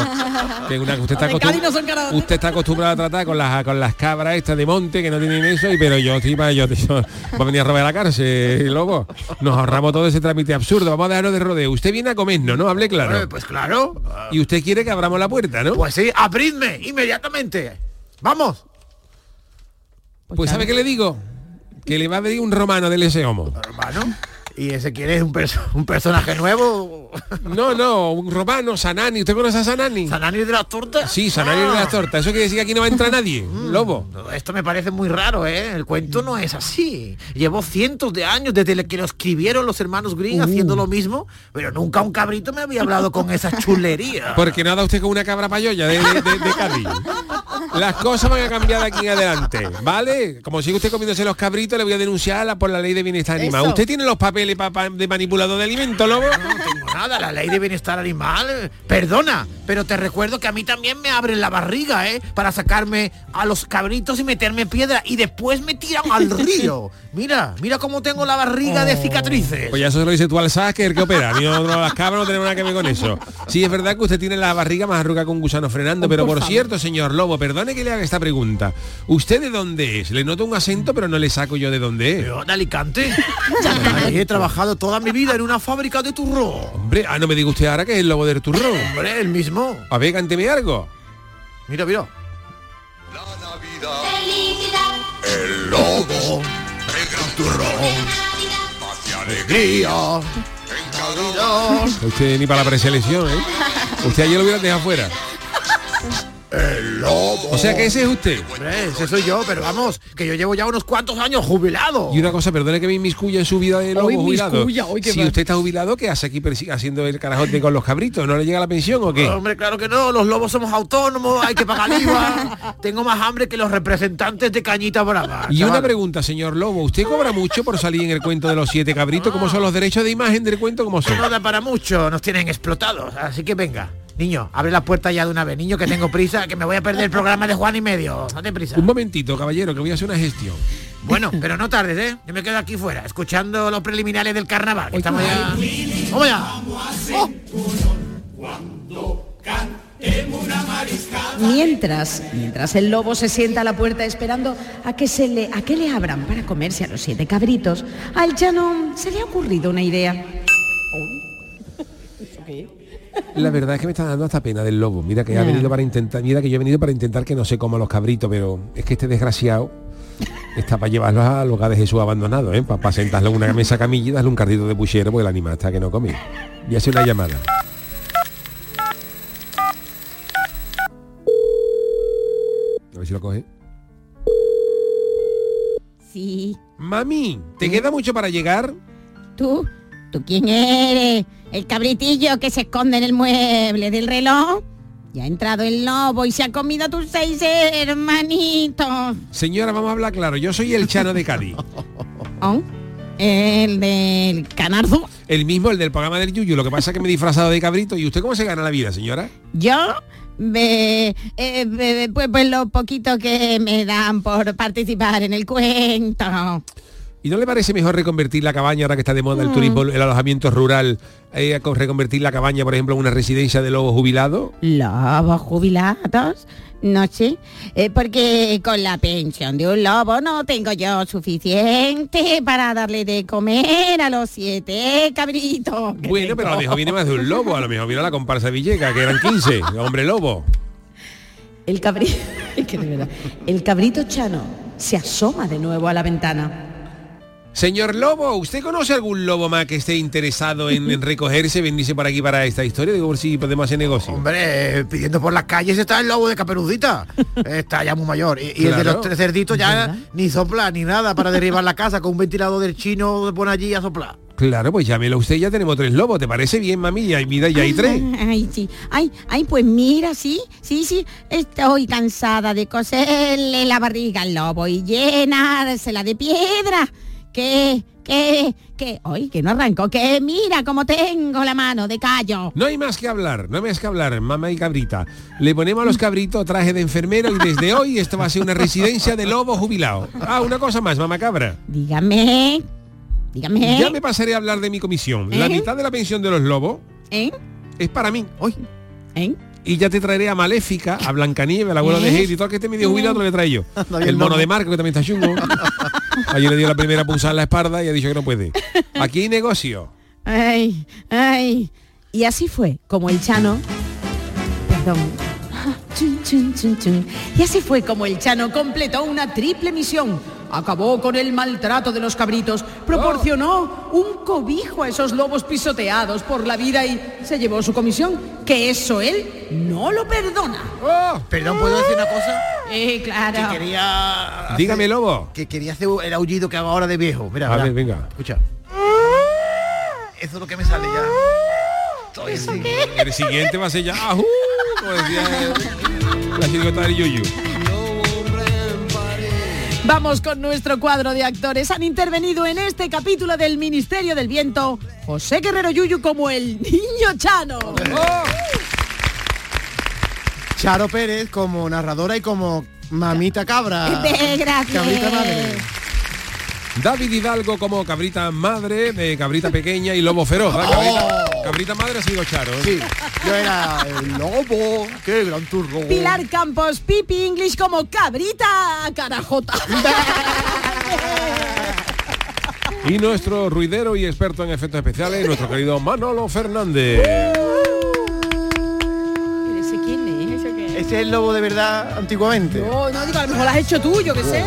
Speaker 1: que una- usted, está
Speaker 18: De Cádiz
Speaker 1: acostum-
Speaker 18: no son carajotes.
Speaker 1: usted está acostumbrado a tratar con las con las cabras estas de monte que no tienen eso, y pero yo estoy para yo, yo- va a venir a robar a la cárcel, lobo. Nos ahorramos todo ese trámite absurdo, vamos a dejarnos de rodeo. Usted viene a comernos, ¿no? Hable claro.
Speaker 18: Pues claro.
Speaker 1: Y usted quiere que abramos la puerta, ¿no?
Speaker 18: Pues sí, abridme inmediatamente. Vamos.
Speaker 1: Pues ¿sabe qué le digo? Que le va a venir un romano del ese homo.
Speaker 18: ¿Romano? ¿Y ese quién es? ¿Un, perso- un personaje nuevo?
Speaker 1: No, no, un romano, Sanani. ¿Usted conoce a Sanani?
Speaker 18: ¿Sanani de las tortas?
Speaker 1: Sí, Sanani de las tortas. Eso quiere decir que aquí no va a entrar nadie. Lobo.
Speaker 18: Mm. Esto me parece muy raro, ¿eh? El cuento no es así. Llevó cientos de años desde que lo escribieron los hermanos
Speaker 1: Uh.
Speaker 18: Green haciendo lo mismo, pero nunca un cabrito me había hablado con esa chulería.
Speaker 1: Porque no ha dado usted con una cabra payoya de, de- de- de Cádiz. Las cosas van a cambiar de aquí en adelante, ¿vale? Como sigue usted comiéndose los cabritos, le voy a denunciar a la- por la ley de bienestar animal.
Speaker 18: Eso.
Speaker 1: ¿Usted tiene los papeles pa- pa- de manipulador de alimentos, lobo?
Speaker 18: Nada, la ley de bienestar animal. eh, Perdona, pero te recuerdo que a mí también me abren la barriga, ¿eh? Para sacarme a los cabritos y meterme piedra y después me tiran al río. Mira, mira cómo tengo la barriga de cicatrices.
Speaker 1: Pues ya eso se lo dice tú al Sasker que opera. Ni otro, las cabras no tenemos nada que ver con eso. Sí, es verdad que usted tiene la barriga más arruga con gusano frenando, pero
Speaker 18: por
Speaker 1: por,
Speaker 18: favor.
Speaker 1: cierto, señor Lobo, perdone que le haga esta pregunta. ¿Usted de dónde es? Le noto un acento, pero no le saco yo de dónde es.
Speaker 18: Yo de Alicante. Ahí he trabajado toda mi vida en una fábrica de turrón.
Speaker 1: Hombre, ah, no me diga usted ahora que es el lobo del turrón.
Speaker 18: Hombre, el mismo.
Speaker 1: A ver, cánteme algo.
Speaker 18: Mira, mira.
Speaker 17: El lobo, el gran turrón, hacia alegría,
Speaker 1: Usted ni para la preselección, ¿eh? Usted ayer lo hubiera dejado fuera.
Speaker 18: El
Speaker 1: lobo. O sea que ese es usted.
Speaker 18: Hombre, ese soy yo, pero vamos, que yo llevo ya unos cuantos años jubilado.
Speaker 1: Y una cosa, perdone que me inmiscuya en su vida de lobo
Speaker 18: Hoy
Speaker 1: jubilado.
Speaker 18: inmiscuya, hoy que
Speaker 1: si
Speaker 18: va.
Speaker 1: usted está jubilado, ¿qué hace aquí persi- haciendo el carajote con los cabritos? ¿No le llega la pensión o qué?
Speaker 18: Hombre, claro que no, los lobos somos autónomos, hay que pagar IVA. Tengo más hambre que los representantes de Cañita Brava.
Speaker 1: Y una
Speaker 18: chaval.
Speaker 1: pregunta, señor Lobo, ¿usted cobra mucho por salir en el cuento de los siete cabritos? ¿Cómo son los derechos de imagen del cuento? ¿Cómo son?
Speaker 18: No da para mucho, nos tienen explotados, así que venga. Niño, abre la puerta ya de una vez, niño, que tengo prisa, que me voy a perder el programa de Juan y medio. Date prisa.
Speaker 1: Un momentito, caballero, que voy a hacer una gestión.
Speaker 18: Bueno, pero no tardes, ¿eh? Yo me quedo aquí fuera, escuchando los preliminares del carnaval. que estamos ya... ¡Vamos ya! ¡Oh!
Speaker 6: Mientras, mientras el lobo se sienta a la puerta esperando a que se le, a que le abran para comerse a los siete cabritos, al chano se le ha ocurrido una idea.
Speaker 1: La verdad es que me está dando hasta pena del lobo. Mira que ha
Speaker 6: Ya.
Speaker 1: venido para intentar, mira que yo he venido para intentar que no se coma los cabritos, pero es que este desgraciado está para llevarlos a los hogares de Jesús abandonados, ¿eh? Para sentarlo en una mesa camilla y darle un cardito de puchero porque el animal está que no come. Y hace una llamada. A ver si lo coge.
Speaker 16: Sí.
Speaker 1: Mami, ¿te queda mucho para llegar?
Speaker 16: ¿Tú? ¿Tú quién eres? El cabritillo que se esconde en el mueble del reloj. Ya ha entrado el lobo y se ha comido a tus seis hermanitos.
Speaker 1: Señora, vamos a hablar claro. Yo soy el Chano de Cádiz.
Speaker 16: ¿Oh? El del canarzo.
Speaker 1: El mismo, el del programa del Yuyu. Lo que pasa es que me he disfrazado de cabrito. ¿Y usted cómo se gana la vida, señora?
Speaker 16: Yo, ve- eh, ve- pues, pues lo poquito que me dan por participar en el cuento.
Speaker 1: ¿Y no le parece mejor reconvertir la cabaña ahora que está de moda
Speaker 16: Mm.
Speaker 1: el turismo, el alojamiento rural, eh, a co- reconvertir la cabaña, por ejemplo, en una residencia de lobos jubilados?
Speaker 16: Lobos jubilados, no sé, eh, porque con la pensión de un lobo no tengo yo suficiente para darle de comer a los siete cabritos. que
Speaker 1: Bueno, pero a lo
Speaker 16: tengo.
Speaker 1: mejor viene más de un lobo, a lo mejor vino la comparsa Villega, que eran 15, hombre lobo.
Speaker 6: El cabrito, el cabrito chano se asoma de nuevo a la ventana.
Speaker 1: Señor Lobo, ¿usted conoce algún lobo más que esté interesado en, en recogerse, venirse para aquí para esta historia? Digo, por si podemos hacer negocio.
Speaker 18: Hombre, eh, pidiendo por las calles está el lobo de Caperucita. Está ya muy mayor. Y, y el de
Speaker 1: Claro.
Speaker 18: los tres cerditos ya ni sopla ni nada para derribar la casa con un ventilador del chino de pone allí a soplar.
Speaker 1: Claro, pues llámelo usted, ya tenemos tres lobos. ¿Te parece bien, mami? Ya, mira, ya hay tres.
Speaker 16: Ay, sí. Ay, ay, pues mira, sí, sí, sí. Estoy cansada de coserle la barriga al lobo y llenársela de piedra. Que, que, que, ay, que no arranco, que mira cómo tengo la mano de callo.
Speaker 1: No hay más que hablar, no hay más que hablar, mamá y cabrita. Le ponemos a los cabritos traje de enfermero y desde hoy esto va a ser una residencia de lobo jubilado. Ah, una cosa más, mamá cabra.
Speaker 16: Dígame, dígame.
Speaker 1: Ya me pasaré a hablar de mi comisión. La
Speaker 16: ¿Eh?
Speaker 1: mitad de la pensión de los lobos
Speaker 16: ¿Eh?
Speaker 1: es para mí. Hoy. Y ya te traeré a Maléfica, a Blancanieves, al abuelo de
Speaker 18: ¿Eh?
Speaker 1: Heidi, todo el que esté medio jubilado te lo voy a traer yo.
Speaker 18: bien,
Speaker 1: El mono
Speaker 18: lobo.
Speaker 1: de Marco, que también está chungo. Ayer le dio la primera punzada en la espalda y ha dicho que no puede. Aquí hay negocio.
Speaker 6: Ay, ay. Y así fue, como el Chano. Perdón. Chun, chun, chun, chun. Y así fue como el Chano completó una triple misión. Acabó con el maltrato de los cabritos, proporcionó un cobijo a esos lobos pisoteados por la vida y se llevó su comisión, que eso él no lo perdona.
Speaker 18: Perdón, Oh, ¿puedo decir una cosa?
Speaker 6: Eh, claro.
Speaker 18: Que quería...
Speaker 1: Dígame, lobo.
Speaker 18: Que quería hacer el aullido que hago ahora de viejo. Mira,
Speaker 1: A
Speaker 18: verá.
Speaker 1: ver, venga.
Speaker 18: Escucha. Eso es lo que me sale ya. Estoy así.
Speaker 1: El siguiente va a ser ya. ¡Ajú! Como decía eh, la chirigota del Yuyu.
Speaker 6: Vamos con nuestro cuadro de actores. Han intervenido en este capítulo del Ministerio del Viento José Guerrero Yuyu como el niño Chano.
Speaker 7: Charo Pérez como narradora y como mamita cabra.
Speaker 16: Ve, gracias.
Speaker 7: Cabrita madre.
Speaker 1: David Hidalgo como cabrita madre, de cabrita pequeña y lobo feroz. ¿verdad?
Speaker 7: Oh.
Speaker 1: Cabrita, cabrita madre ha sido Charo. ¿eh?
Speaker 7: Yo era el lobo. Qué gran turro.
Speaker 6: Pilar Campos, Pipi English como cabrita carajota.
Speaker 1: Y nuestro ruidero y experto en efectos especiales, nuestro querido Manolo Fernández.
Speaker 6: Uh, ¿Ese quién es?
Speaker 7: Ese es el lobo de verdad antiguamente.
Speaker 6: No, no, digo, a lo mejor lo has hecho tú, yo qué sé.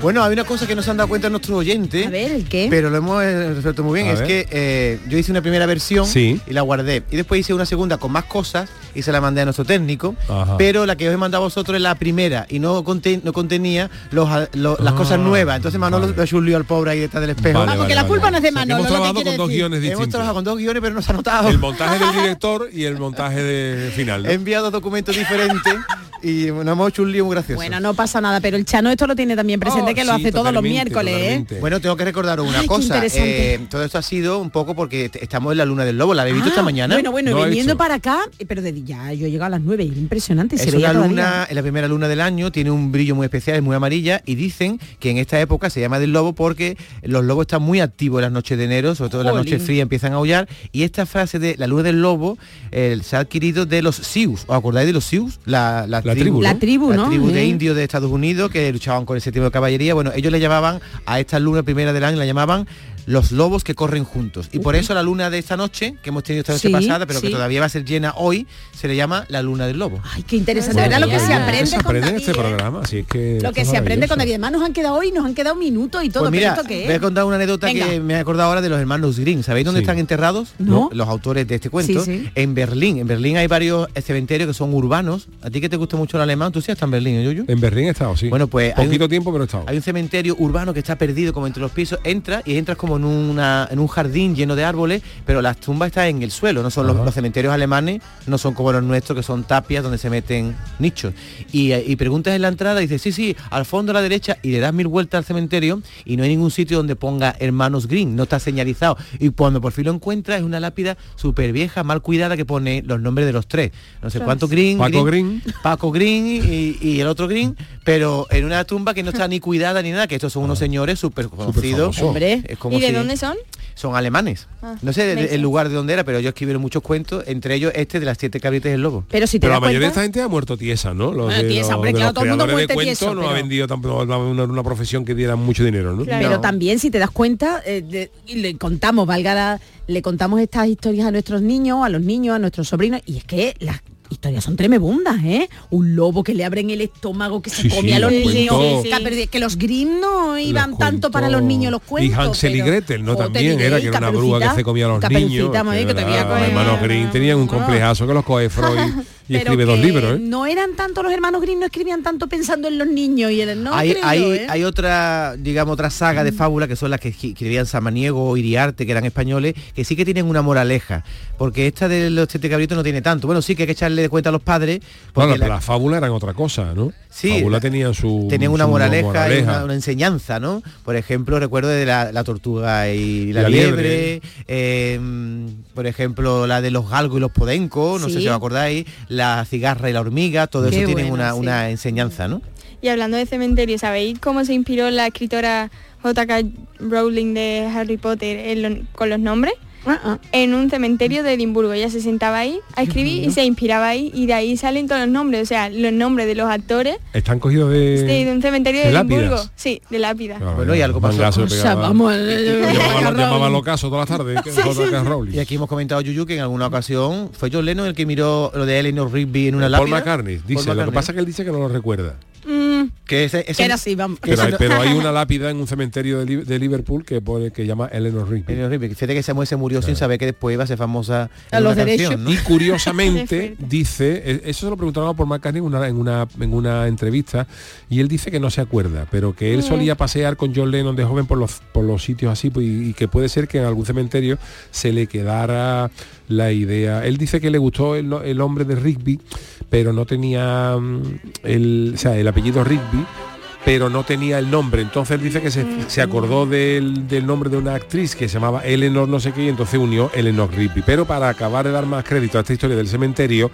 Speaker 7: Bueno, hay una cosa que no se han dado cuenta nuestros oyentes. A
Speaker 6: ver, ¿el qué?
Speaker 7: Pero lo hemos eh, resuelto muy bien.
Speaker 1: A
Speaker 7: es
Speaker 1: ver.
Speaker 7: que eh, yo hice una primera versión y la guardé. Y después hice una segunda con más cosas y se la mandé a nuestro técnico.
Speaker 1: Ajá.
Speaker 7: Pero la que os he mandado a vosotros es la primera y no, conte- no contenía los, a- lo- las cosas nuevas. Entonces Manolo lo chulió al pobre ahí detrás del espejo.
Speaker 1: Ah, Vale, Ah, porque vale, la vale. culpa no es de O sea, que hemos Manolo, lo que trabajado quiere con dos decir. guiones
Speaker 7: Hemos
Speaker 1: distintos.
Speaker 7: trabajado con dos guiones, pero no se ha notado.
Speaker 1: El montaje del director y el montaje de final. ¿no?
Speaker 7: He enviado documentos diferentes y nos hemos hecho un lío muy gracioso.
Speaker 6: Bueno, no pasa nada, pero el Chano esto lo tiene también presente,
Speaker 7: Oh,
Speaker 6: que lo
Speaker 7: sí,
Speaker 6: hace todos los
Speaker 7: totalmente,
Speaker 6: miércoles, ¿eh?
Speaker 7: Bueno, tengo que recordar una
Speaker 6: Ay, qué
Speaker 7: cosa.
Speaker 6: interesante.
Speaker 7: eh, todo esto ha sido un poco porque t- estamos en la luna del lobo. La bebito
Speaker 6: Ah,
Speaker 7: esta mañana.
Speaker 6: Bueno, bueno, viniendo para acá, eh, pero de, ya yo he llegado a las 9, impresionante, se
Speaker 7: Es
Speaker 6: veía
Speaker 7: una luna,
Speaker 6: todavía.
Speaker 7: es la primera luna del año, tiene un brillo muy especial, es muy amarilla y dicen que en esta época se llama del lobo porque los lobos están muy activos en las noches de enero, sobre todo en las
Speaker 19: Jolín.
Speaker 7: noches frías empiezan a aullar y esta frase de la luna del lobo eh, se ha adquirido de los Sioux, ¿os acordáis de los Sioux? La, la
Speaker 6: tribu, La ¿no? tribu, ¿no?
Speaker 7: tribu de
Speaker 6: Sí.
Speaker 7: indios de Estados Unidos que luchaban con ese tipo de caballería, bueno, ellos le llamaban a esta luna primera del año, la llamaban los lobos que corren juntos y por eso la luna de esta noche que hemos tenido esta noche
Speaker 6: Sí,
Speaker 7: pasada pero que
Speaker 6: sí.
Speaker 7: todavía va a ser llena hoy se le llama la luna del lobo
Speaker 6: Ay, qué interesante, ¿verdad? Lo que se aprende,
Speaker 1: Se
Speaker 6: con
Speaker 1: aprende en
Speaker 6: David,
Speaker 1: este
Speaker 6: ¿eh?
Speaker 1: programa, así es que...
Speaker 6: Lo que
Speaker 7: Esto es
Speaker 6: se aprende con
Speaker 7: maravilloso.
Speaker 6: David. Además nos han quedado hoy, nos han quedado minutos y todo.
Speaker 7: Pues
Speaker 6: pero
Speaker 7: mira,
Speaker 6: ¿esto qué
Speaker 7: voy a
Speaker 6: es?
Speaker 7: contar una anécdota
Speaker 6: Venga.
Speaker 7: que me he acordado ahora de los hermanos Green. ¿Sabéis dónde están enterrados?
Speaker 6: No.
Speaker 7: Los autores de este cuento.
Speaker 6: Sí, sí.
Speaker 7: En Berlín. En Berlín hay varios eh, cementerios que son urbanos. ¿A ti que te gusta mucho el alemán? ¿Tú sí has estado en Berlín, Yuyu?
Speaker 1: En Berlín he estado, sí.
Speaker 7: Bueno, pues... hay un-
Speaker 1: Poquito tiempo, pero he estado.
Speaker 7: hay un cementerio urbano que está perdido como entre los pisos, entras y entras como en, una, en un jardín lleno de árboles, pero las tumbas están en el suelo, no son los, los cementerios alemanes, no son como los nuestros que son tapias donde se meten nichos. Y, eh, y preguntas en la entrada y dices, sí, sí, al fondo a la derecha y le das mil vueltas al cementerio y no hay ningún sitio donde ponga hermanos Green, no está señalizado. Y cuando por fin lo encuentras es una lápida súper vieja, mal cuidada que pone los nombres de los tres. No sé
Speaker 1: Ostras.
Speaker 7: cuánto Green.
Speaker 1: Paco
Speaker 7: Paco Green y, y el otro Green, pero en una tumba que no está ni cuidada ni nada, que estos son
Speaker 1: Ah.
Speaker 7: unos señores súper conocidos.
Speaker 8: famosos. Hombre.
Speaker 7: es como
Speaker 8: ¿Y de
Speaker 7: si-
Speaker 8: dónde son?
Speaker 7: Son alemanes.
Speaker 8: Ah,
Speaker 7: no sé de-
Speaker 8: me
Speaker 7: de- el
Speaker 8: dices.
Speaker 7: lugar de dónde era, pero ellos escribieron muchos cuentos, entre ellos este de las siete cabritas del lobo.
Speaker 6: Pero si te
Speaker 1: Pero la
Speaker 6: das
Speaker 1: mayoría de
Speaker 6: cuenta-
Speaker 1: esta gente ha muerto tiesa, ¿no? Los
Speaker 6: Bueno,
Speaker 1: de
Speaker 6: tiesa,
Speaker 1: los-
Speaker 6: hombre,
Speaker 1: de
Speaker 6: claro,
Speaker 1: los
Speaker 6: todo el mundo
Speaker 1: creadores de
Speaker 6: muere
Speaker 1: cuentos
Speaker 6: tieso,
Speaker 1: no ha
Speaker 6: pero-
Speaker 1: vendido tampoco no, una, una profesión que diera mucho dinero, ¿no?
Speaker 6: Pero también si te das cuenta, eh, de- y le contamos, valga la- le contamos estas historias a nuestros niños, a los niños, a nuestros sobrinos, y es que las historias son tremebundas, ¿eh? Un lobo que le abren el estómago, que se
Speaker 1: Sí,
Speaker 6: come
Speaker 1: sí,
Speaker 6: a los
Speaker 1: los
Speaker 6: niños,
Speaker 1: cuentos.
Speaker 6: que aperde- que los Grimm no iban tanto para los niños los
Speaker 1: Y
Speaker 6: cuentos.
Speaker 1: Hansel y
Speaker 6: pero-
Speaker 1: Gretel, ¿no?
Speaker 6: Joder,
Speaker 1: También
Speaker 6: y
Speaker 1: era
Speaker 6: Grey,
Speaker 1: que era una brúa que
Speaker 6: Caperucita,
Speaker 1: se comía a los
Speaker 6: Caperucita,
Speaker 1: niños.
Speaker 6: madre,
Speaker 1: que
Speaker 6: que
Speaker 1: de
Speaker 6: te voy a
Speaker 1: verdad,
Speaker 6: comer.
Speaker 1: los hermanos Green tenían un complejazo que los coge Freud y
Speaker 6: Pero
Speaker 1: escribe dos
Speaker 6: que
Speaker 1: libros, ¿eh?
Speaker 6: No eran tanto los hermanos Grimm, no escribían tanto pensando en los niños y en el no
Speaker 7: hay,
Speaker 6: creo,
Speaker 7: hay-
Speaker 6: ¿eh? Mm.
Speaker 7: hay otra, digamos, otra saga de fábulas que son las que esqui- escribían Samaniego o Iriarte, que eran españoles, que sí que tienen una moraleja. Porque esta de los siete cabritos no tiene tanto. Bueno, sí que hay que echarle de cuenta a los padres.
Speaker 1: Bueno,
Speaker 7: Porque
Speaker 1: pero
Speaker 7: la-
Speaker 1: las fábulas eran otra cosa, ¿no?
Speaker 7: Sí,
Speaker 1: Fábula tenía su
Speaker 7: tenían una
Speaker 1: su
Speaker 7: moraleja, Y
Speaker 1: moraleja.
Speaker 7: una, una enseñanza, ¿no? Por ejemplo, recuerdo de la, la tortuga y la,
Speaker 1: La liebre.
Speaker 7: liebre, eh, por ejemplo, la de los galgos y los podencos, no sé
Speaker 8: Sí.
Speaker 7: si os acordáis, la cigarra y la hormiga, todo
Speaker 8: Qué
Speaker 7: eso tienen
Speaker 8: bueno,
Speaker 7: una,
Speaker 8: sí.
Speaker 7: una enseñanza, ¿no?
Speaker 8: Y hablando de cementerio, ¿sabéis cómo se inspiró la escritora J.K. Rowling de Harry Potter en lo- con los nombres?
Speaker 7: Ah,
Speaker 8: En un cementerio de Edimburgo. Ella se sentaba ahí a escribir y se inspiraba ahí y de ahí salen todos los nombres, o sea, los nombres de los actores
Speaker 1: Están cogidos de...
Speaker 7: Eh,
Speaker 8: de, de un cementerio de,
Speaker 1: de lápidas.
Speaker 8: Edimburgo. Sí, de lápida.
Speaker 7: Bueno, y algo pasó.
Speaker 1: Mangazo le
Speaker 7: Cosa,
Speaker 1: pegaba.
Speaker 7: vamos,
Speaker 6: eh,
Speaker 1: Llamaba, llamaba al ocaso todas las tardes. ¿eh? que J.K. Rowling.
Speaker 7: Y aquí hemos comentado, Yuyu, que en alguna ocasión fue John Lennon el que miró lo de Eleanor Rigby en una
Speaker 1: Paul
Speaker 7: lápida.
Speaker 1: McCartney dice, lo que pasa es que él dice que no lo recuerda.
Speaker 6: Mm.
Speaker 7: que ese- ese-
Speaker 6: Que era así, vamos.
Speaker 1: Pero, hay- pero hay una lápida en un cementerio de, Li- de Liverpool que, pone- que llama Eleanor Rigby.
Speaker 7: Eleanor Rigby, fíjate que Samuel se murió sin saber que después iba a ser famosa en
Speaker 1: A los
Speaker 7: una canción, ¿no?
Speaker 1: Y curiosamente dice, eh, eso se lo preguntaron a Paul McCartney en una, en, una, en una entrevista, y él dice que no se acuerda, pero que él
Speaker 8: Mm.
Speaker 1: solía pasear con John Lennon de joven por los, por los sitios así, pues, y, y que puede ser que en algún cementerio se le quedara la idea. Él dice que le gustó el, el hombre de Rigby, pero no tenía mm, el, o sea, el apellido Rigby pero no tenía el nombre. Entonces él dice que se, se acordó del, del nombre de una actriz que se llamaba Eleanor no sé qué y entonces unió Eleanor Rigby. Pero para acabar de dar más crédito a esta historia del cementerio,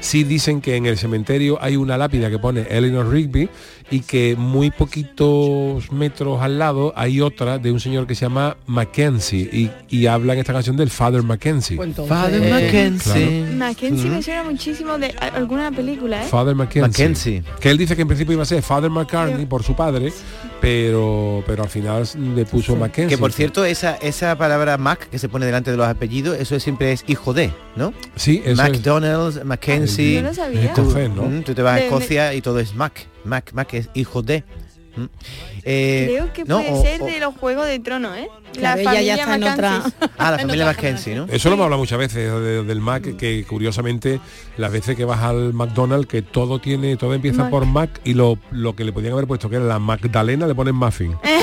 Speaker 1: sí dicen que en el cementerio hay una lápida que pone Eleanor Rigby y que muy poquitos metros al lado hay otra de un señor que se llama Mackenzie y, y habla en esta canción del Father Mackenzie.
Speaker 7: Pues Father
Speaker 8: Eh,
Speaker 7: Mackenzie. Mm.
Speaker 8: Mackenzie
Speaker 1: Ujú.
Speaker 8: me suena muchísimo de a- alguna película, ¿eh?
Speaker 1: Father Mackenzie. Que él dice que en principio iba a ser Father McCartney por su padre, pero pero al final le puso Mackenzie.
Speaker 7: Que por cierto, esa, esa palabra Mac que se pone delante de los apellidos, eso siempre es hijo de, ¿no?
Speaker 1: Sí, eso es-
Speaker 7: McDonald's, Mackenzie.
Speaker 8: No lo sabía.
Speaker 7: tú-
Speaker 1: Escocés, ¿no?
Speaker 7: mm, Tú te vas a
Speaker 8: De- de-
Speaker 7: Escocia y todo es Mac. Mac, Mac es hijo de. Mm. Eh,
Speaker 8: Creo que
Speaker 7: no,
Speaker 8: puede
Speaker 7: o-
Speaker 8: ser
Speaker 7: o-
Speaker 8: de los Juegos de Trono, ¿eh?
Speaker 6: Claro, ella ya está en otra-
Speaker 8: Mackenzie.
Speaker 7: Ah, la familia Mackenzie, Mm. ¿no?
Speaker 1: Eso lo hemos hablado muchas veces de- del Mac, que curiosamente las veces que vas al McDonald's, que todo tiene, todo empieza
Speaker 8: Mac.
Speaker 1: por Mac y lo, lo que le podían haber puesto que era la Magdalena le ponen muffin. ¿Eh?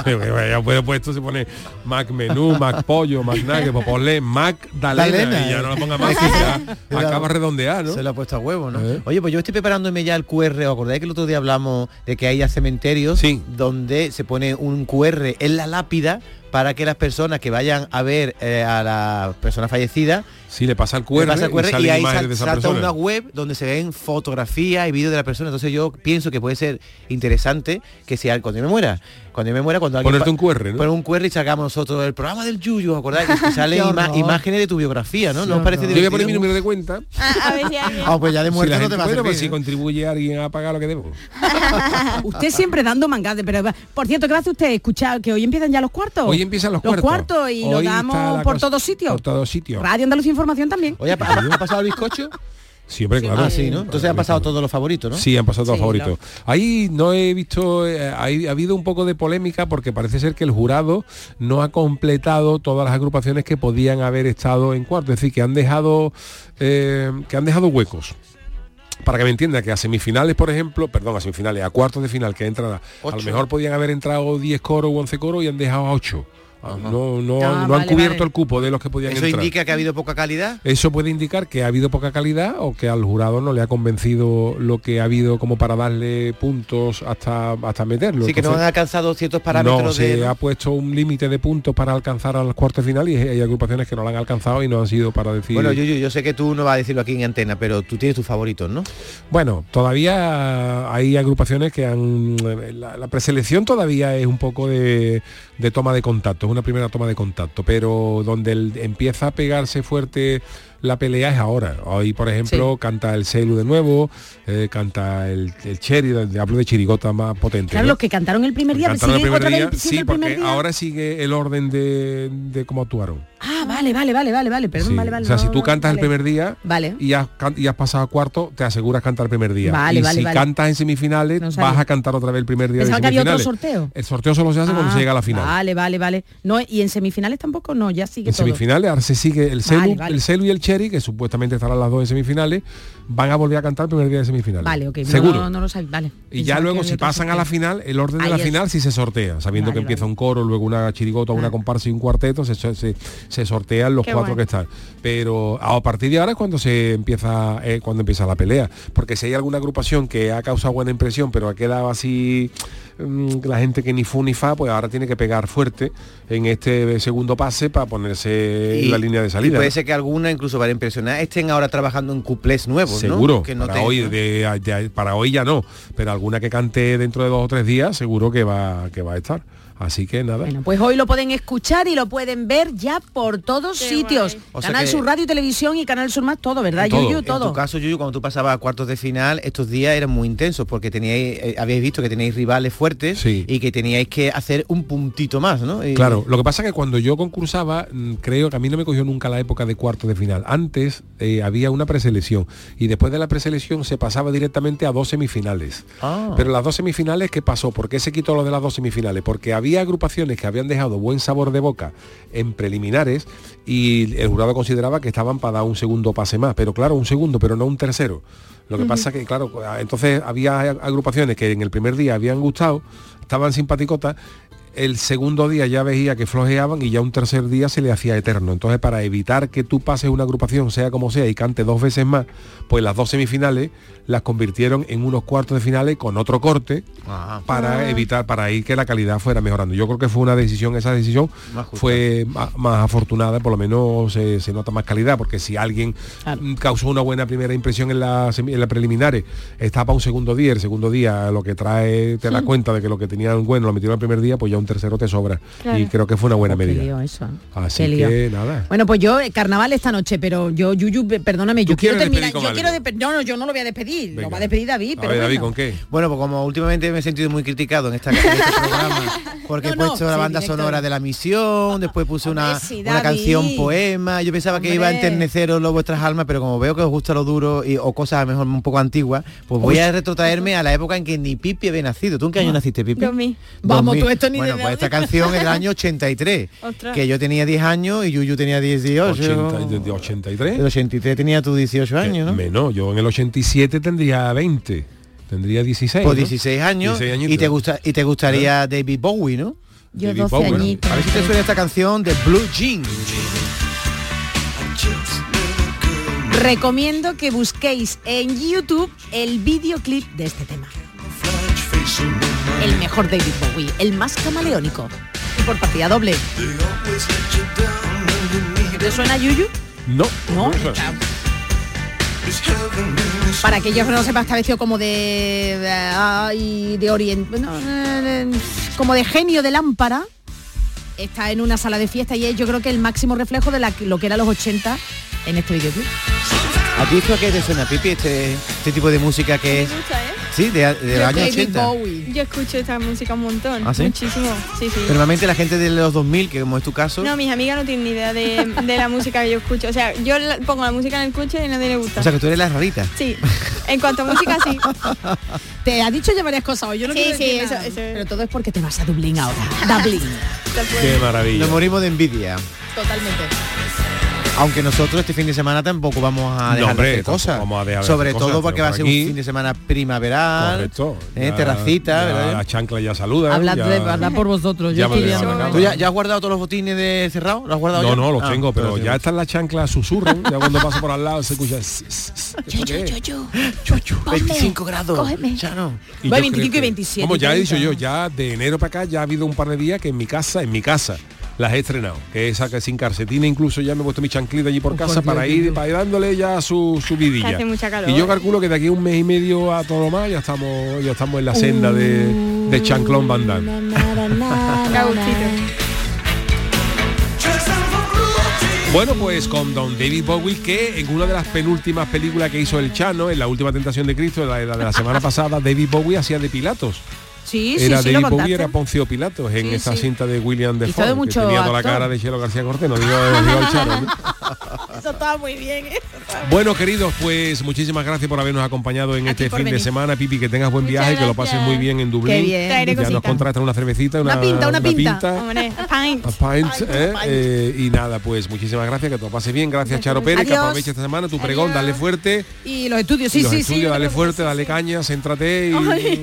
Speaker 1: ya puede puesto se pone Mac menú, Mac pollo, Mac nugget, pues ponle Magdalena
Speaker 7: Magdalena,
Speaker 1: y ya no le ponga
Speaker 7: eh.
Speaker 1: muffin,
Speaker 7: Se
Speaker 1: ya
Speaker 7: la-
Speaker 1: acaba redondear, ¿no? Eh.
Speaker 7: Se lo ha puesto a huevo, ¿no? Oye, pues yo estoy preparándome ya el QR. ¿Os acordáis que el otro día hablamos de que hay ya cementerios donde se pone un QR en la lápida para que las personas que vayan a ver eh, a la persona fallecida
Speaker 1: Sí, le pasa el
Speaker 7: le
Speaker 1: QR,
Speaker 7: pasa el
Speaker 1: y
Speaker 7: QR y,
Speaker 1: salen
Speaker 7: ahí
Speaker 1: imágenes
Speaker 7: sal-
Speaker 1: de esa
Speaker 7: salta
Speaker 1: persona.
Speaker 7: una web donde se ven fotografías y vídeos de la persona. Entonces yo pienso que puede ser interesante que sea cuando yo me muera. Cuando yo me muera, cuando alguien
Speaker 1: Ponerte
Speaker 7: pa-
Speaker 1: un QR, ¿no?
Speaker 7: poner un QR y sacamos nosotros el programa del Yuyu, ¿os acordáis? Que salen
Speaker 1: Qué
Speaker 7: ima-
Speaker 1: horror.
Speaker 7: imágenes de tu biografía, ¿no? ¿No os parece
Speaker 1: Yo voy a
Speaker 7: divertido?
Speaker 1: poner mi número de cuenta.
Speaker 8: A, a ver si alguien-
Speaker 7: Ah, pues ya de
Speaker 1: Si
Speaker 7: muerto
Speaker 1: la
Speaker 7: no
Speaker 1: gente-
Speaker 7: te va a
Speaker 1: bueno, pues
Speaker 7: servir,
Speaker 1: si contribuye alguien a pagar lo que debo.
Speaker 6: Usted siempre dando mangate, pero por cierto, ¿qué va a hacer usted? Escuchar que hoy empiezan ya los cuartos.
Speaker 1: Hoy empiezan los cuartos.
Speaker 6: y
Speaker 1: Hoy
Speaker 6: lo
Speaker 1: está
Speaker 6: damos
Speaker 1: la
Speaker 6: por
Speaker 1: cosa-
Speaker 6: todos sitios.
Speaker 1: Por todos sitios.
Speaker 6: Radio Andalucía Información también.
Speaker 7: Oye, ¿ha, ha- ha pasado el bizcocho?
Speaker 1: Siempre, claro.
Speaker 7: Ah, sí, ¿no? Entonces han pasado todos los favoritos, ¿no?
Speaker 1: Sí, han pasado todos
Speaker 7: Sí,
Speaker 1: favoritos. Ahí no he visto, eh, ahí ha habido un poco de polémica porque parece ser que el jurado no ha completado todas las agrupaciones que podían haber estado en cuarto, es decir, que han dejado, eh, que han dejado huecos. Para que me entienda que a semifinales, por ejemplo, perdón, a semifinales, a cuartos de final que entran, a, a lo
Speaker 7: Ocho.
Speaker 1: mejor podían haber entrado 10 coros o 11 coros y han dejado a 8. No, no,
Speaker 7: Ah,
Speaker 1: han- no
Speaker 7: vale,
Speaker 1: han cubierto
Speaker 7: vale.
Speaker 1: el cupo de los que podían
Speaker 7: Eso
Speaker 1: entrar.
Speaker 7: indica que ha habido poca calidad.
Speaker 1: Eso puede indicar que ha habido poca calidad o que al jurado no le ha convencido lo que ha habido como para darle puntos hasta, hasta meterlo.
Speaker 7: Sí, que no han
Speaker 1: Entonces,
Speaker 7: alcanzado ciertos parámetros
Speaker 1: no,
Speaker 7: de...
Speaker 1: se ha puesto un límite de puntos para alcanzar a las cuartas finales y hay agrupaciones que no la han alcanzado y no han sido para decir...
Speaker 7: Bueno, Yuyu, yo sé que tú no vas a decirlo aquí en antena, pero tú tienes tus favoritos, ¿no?
Speaker 1: Bueno, todavía hay agrupaciones que han... La, la preselección todavía es un poco de, de toma de contacto, es una primera toma de contacto, pero donde el- empieza a pegarse fuerte la pelea es ahora. Hoy, por ejemplo, canta el Celu de nuevo, eh, canta el, el Cherry, de- hablo de chirigota más potente.
Speaker 6: Claro,
Speaker 1: ¿no?
Speaker 6: los que cantaron el primer día,
Speaker 1: Cantaron el
Speaker 6: siguen
Speaker 1: primer
Speaker 6: pues, otra vez
Speaker 1: día,
Speaker 6: siendo
Speaker 1: sí,
Speaker 6: el primer
Speaker 1: porque
Speaker 6: día.
Speaker 1: ahora sigue el orden de, de cómo actuaron.
Speaker 6: Ah, vale, vale, vale, vale, vale, perdón,
Speaker 1: Sí.
Speaker 6: vale, vale.
Speaker 1: o sea,
Speaker 6: no,
Speaker 1: si tú cantas el
Speaker 6: vale.
Speaker 1: primer día
Speaker 6: Vale.
Speaker 1: y has, can- y has pasado a cuarto, te aseguras cantar el primer día.
Speaker 6: Vale,
Speaker 1: y
Speaker 6: vale,
Speaker 1: si
Speaker 6: vale.
Speaker 1: cantas en semifinales,
Speaker 6: sabía.
Speaker 1: vas a cantar otra vez el primer día
Speaker 6: Pensaba que
Speaker 1: de
Speaker 6: había otro
Speaker 1: semifinales.
Speaker 6: sorteo.
Speaker 1: El sorteo solo se hace cuando
Speaker 6: Ah,
Speaker 1: se llega a la final.
Speaker 6: Vale, vale, vale. No, y en semifinales tampoco, no, ya sigue
Speaker 1: En
Speaker 6: todo.
Speaker 1: semifinales, ahora se sigue el celu,
Speaker 6: Vale, vale.
Speaker 1: el celu y el cherry, que supuestamente estarán las dos en semifinales, van a volver a cantar el primer día de semifinales.
Speaker 6: Vale, ok,
Speaker 1: Seguro.
Speaker 6: No, no lo sabía, vale.
Speaker 1: Y ya luego si pasan a la final, el orden de
Speaker 6: Ahí
Speaker 1: la
Speaker 6: es.
Speaker 1: final sí se sortea, sabiendo que empieza un coro, luego una chirigota, una comparsa y un cuarteto, se, so- se, se sortean los
Speaker 6: Ah. Qué
Speaker 1: cuatro
Speaker 6: guay.
Speaker 1: que están. Pero a partir de ahora es cuando se empieza, eh, cuando empieza la pelea. Porque si hay alguna agrupación que ha causado buena impresión, pero ha quedado así mm, la gente que ni fu ni fa, pues ahora tiene que pegar fuerte en este segundo pase para ponerse en la línea de salida.
Speaker 7: Y puede
Speaker 1: ¿no?
Speaker 7: ser que alguna, incluso para impresionar, estén ahora trabajando en cuplés nuevos, ¿no?
Speaker 1: seguro
Speaker 7: Que no
Speaker 1: para
Speaker 7: te-
Speaker 1: hoy de- de- para hoy ya no pero alguna que cante dentro de dos o tres días seguro que va que va a estar así que nada
Speaker 6: Pues hoy lo pueden escuchar y lo pueden ver ya por todos sitios.
Speaker 7: O sea
Speaker 6: Canal
Speaker 7: que-
Speaker 6: Sur Radio y Televisión y Canal Sur Más, todo, ¿verdad? Yuyu,
Speaker 7: En
Speaker 6: Ah, todo.
Speaker 7: tu caso, Yuyu, cuando tú pasabas a cuartos de final, estos días eran muy intensos porque teníais, eh, habéis visto que teníais rivales fuertes y que teníais que hacer un puntito más, ¿no? Y-
Speaker 1: Claro, lo que pasa es que cuando yo concursaba, mm, creo que a mí no me cogió nunca la época de cuarto de final. Antes eh, había una preselección y después de la preselección se pasaba directamente a dos semifinales. Ah.
Speaker 18: Ah.
Speaker 1: Pero las dos semifinales, ¿qué pasó? ¿Por qué se quitó lo de las dos semifinales? Porque había agrupaciones que habían dejado buen sabor de boca en preliminares y el jurado consideraba que estaban para dar un segundo pase más. Pero claro, un segundo, pero no un tercero. Lo que
Speaker 11: Ujú.
Speaker 1: pasa que, claro, entonces había agrupaciones que en el primer día habían gustado, estaban simpaticotas, el segundo día ya veía que flojeaban y ya un tercer día se le hacía eterno. Entonces, para evitar que tú pases una agrupación, sea como sea, y cante dos veces más, pues las dos semifinales las convirtieron en unos cuartos de finales con otro corte para
Speaker 7: Ah.
Speaker 1: evitar, para ir que la calidad fuera mejorando. Yo creo que fue una decisión, esa decisión
Speaker 7: Más justa.
Speaker 1: fue ma- más afortunada, por lo menos se, se nota más calidad, porque si alguien mm, causó una buena primera impresión en las semi- en las preliminares, está para un segundo día, el segundo día lo que trae, te das
Speaker 6: Sí.
Speaker 1: cuenta de que lo que tenían bueno lo metieron el primer día, pues ya un tercero te sobra.
Speaker 6: Claro.
Speaker 1: Y creo que fue una buena
Speaker 6: Oh, qué
Speaker 1: medida.
Speaker 6: lío eso, ¿eh?
Speaker 1: Así
Speaker 6: Qué lío.
Speaker 1: que nada.
Speaker 6: Bueno, pues yo, eh, carnaval esta noche, pero yo, Yuyu, pe- perdóname,
Speaker 1: ¿Tú
Speaker 6: yo quiero
Speaker 1: quieres
Speaker 6: terminar.
Speaker 1: despedir con
Speaker 6: Yo
Speaker 1: algo?
Speaker 6: quiero despe- No, no, yo no lo voy a despedir. Lo
Speaker 7: Venga.
Speaker 6: va a despedir David, pero bueno.
Speaker 1: qué?
Speaker 7: Bueno, pues como últimamente me he sentido muy criticado en, esta, en este programa, porque he
Speaker 6: No, no,
Speaker 7: puesto la
Speaker 6: sí,
Speaker 7: banda
Speaker 6: director.
Speaker 7: sonora de la misión, después puse una,
Speaker 6: Hombre, sí,
Speaker 7: una
Speaker 6: David.
Speaker 7: canción poema, yo pensaba que iba a
Speaker 6: Hombre.
Speaker 7: enterneceros lo vuestras almas, pero como veo que os gusta lo duro y, o cosas a lo mejor un poco antiguas, pues voy
Speaker 18: Uy.
Speaker 7: a retrotraerme a la época en que ni Pipi había nacido. ¿Tú en qué
Speaker 6: Ah,
Speaker 7: año naciste, Pipi?
Speaker 8: 2000.
Speaker 7: 2000.
Speaker 8: tú esto ni
Speaker 7: Bueno,
Speaker 8: de
Speaker 7: pues esta
Speaker 8: dónde.
Speaker 7: canción es del año 83,
Speaker 8: Ostras.
Speaker 7: que yo tenía 10 años y Yuyu tenía 18.
Speaker 1: 80, de 83.
Speaker 7: El 83 tenía tú 18 años, ¿no?
Speaker 1: Menos, yo en el 87 tendría 20. Tendría 16.
Speaker 7: Pues
Speaker 1: ¿no?
Speaker 7: 16 años
Speaker 1: 16
Speaker 7: y te gusta y te gustaría David Bowie, ¿no?
Speaker 1: Yo David 12 Bowie, ¿no? añitos.
Speaker 7: A ver si te suena esta canción de Blue Jean.
Speaker 6: Recomiendo que busquéis en YouTube el videoclip de este tema. El mejor David Bowie, el más camaleónico. Y por partida doble. ¿Te suena Yuyu?
Speaker 1: No.
Speaker 6: No, está- Para que yo no sepa, está vestido como de. de- ay, de oriente. Ah. como de genio de lámpara. Está en una sala de fiesta y es yo creo que el máximo reflejo de la- lo que era los 80 en este videoclip.
Speaker 7: ¿A ti esto a qué te suena, Pipi, este, este tipo de música que es? Sí, de, de los años 80.
Speaker 8: Yo escucho esta música un montón.
Speaker 7: ¿Ah, sí?
Speaker 8: Muchísimo. Sí, sí.
Speaker 7: Pero normalmente la gente de los 2000, que como es tu caso,
Speaker 8: No, mis amigas no tienen ni idea de, de la música que yo escucho. O sea, yo la- pongo la música en el coche y nadie le gusta.
Speaker 7: o sea que tú eres la rarita.
Speaker 8: Sí. En cuanto a música, sí.
Speaker 6: Te ha dicho ya varias cosas hoy. Yo no
Speaker 8: Sí,
Speaker 6: quiero
Speaker 8: sí,
Speaker 6: decir
Speaker 8: eso-
Speaker 6: nada, Pero todo es porque te vas a Dublín ahora. Dublín.
Speaker 1: Qué maravilla.
Speaker 7: Nos morimos de envidia.
Speaker 6: Totalmente.
Speaker 7: Aunque nosotros este fin de semana tampoco vamos a
Speaker 1: No,
Speaker 7: dejar de
Speaker 1: hombre,
Speaker 7: hacer
Speaker 1: tampoco
Speaker 7: cosas.
Speaker 1: vamos a dejar de
Speaker 7: Sobre
Speaker 1: hacer
Speaker 7: todo
Speaker 1: cosas,
Speaker 7: porque va a ser
Speaker 1: tenemos
Speaker 7: un
Speaker 1: aquí-
Speaker 7: fin de semana primaveral.
Speaker 1: Correcto.
Speaker 7: eh,
Speaker 1: Ya-
Speaker 7: terracita,
Speaker 1: ya
Speaker 7: ¿verdad?
Speaker 1: La chancla ya saluda.
Speaker 6: Hablad,
Speaker 1: ya-
Speaker 6: de, hablad por vosotros.
Speaker 1: ya
Speaker 6: Yo
Speaker 1: me
Speaker 6: estoy
Speaker 1: voy a la
Speaker 6: ya-
Speaker 1: cama.
Speaker 7: ¿Tú ya, ya has guardado todos los botines de cerrado? ¿Los has guardado
Speaker 1: No,
Speaker 7: ya?
Speaker 1: no, los
Speaker 7: Ah,
Speaker 1: tengo, pero
Speaker 7: los
Speaker 1: ya están las chanclas susurran. ya cuando paso por al lado se escucha. "Ss, ss, ss". ¿Esto qué es?
Speaker 7: Ponme, 25 grados. Ya no.
Speaker 1: Y
Speaker 6: Va,
Speaker 1: yo
Speaker 6: 25 y
Speaker 1: creo que-
Speaker 6: 27
Speaker 1: Como ya he dicho
Speaker 6: 30.
Speaker 1: yo, ya de enero para acá ya ha habido un par de días que en mi casa, en mi casa, las he estrenado. Que esa que sin calcetina incluso ya me he puesto mi chanclita allí por casa
Speaker 11: Dios,
Speaker 1: para
Speaker 11: Dios,
Speaker 1: ir, para ir dándole ya su, su vidilla.
Speaker 8: Que hace mucha calor.
Speaker 1: Y yo calculo que de aquí a un mes y medio a todo lo más ya estamos, ya estamos en la senda de,
Speaker 8: Uh,
Speaker 1: de chanclón bandán.
Speaker 8: Qué a gustito.
Speaker 1: Bueno, pues con Don David Bowie, que en una de las penúltimas películas que hizo el Chano, en la última tentación de Cristo, la, la de la semana pasada, David Bowie hacía de Pilatos.
Speaker 6: Sí,
Speaker 1: era
Speaker 6: sí, sí, lo
Speaker 1: David
Speaker 6: contaste.
Speaker 1: Bowie, era Poncio Pilatos en
Speaker 6: Sí,
Speaker 1: esa
Speaker 6: sí.
Speaker 1: cinta de William Defoe,
Speaker 6: de
Speaker 1: que
Speaker 6: mucho
Speaker 1: tenía toda la
Speaker 6: actor.
Speaker 1: cara de Chelo García Cortés, no digo, digo el Chano, ¿no?
Speaker 6: Eso estaba muy bien, ¿eh?
Speaker 1: Bueno, queridos, pues muchísimas gracias por habernos acompañado en este
Speaker 6: por
Speaker 1: fin de
Speaker 6: venir.
Speaker 1: semana. Pipi, que tengas buen viaje, que lo pases muy bien en Dublín.
Speaker 8: Qué bien. Traeré
Speaker 1: Ya nos
Speaker 8: cositas.
Speaker 1: contratan una cervecita, una,
Speaker 8: Una pinta, una pinta.
Speaker 1: pinta,
Speaker 8: Hombre, pint.
Speaker 1: a pint, ¿eh? Eh, y nada, pues muchísimas gracias, que te lo pases bien. Gracias, Charo Pérez, que
Speaker 6: Adiós.
Speaker 1: aproveche esta semana tu pregón, dale fuerte.
Speaker 6: Y los estudios,
Speaker 1: Y
Speaker 6: sí,
Speaker 1: los
Speaker 6: sí,
Speaker 1: estudios,
Speaker 6: sí.
Speaker 1: dale fuerte, dale caña, céntrate y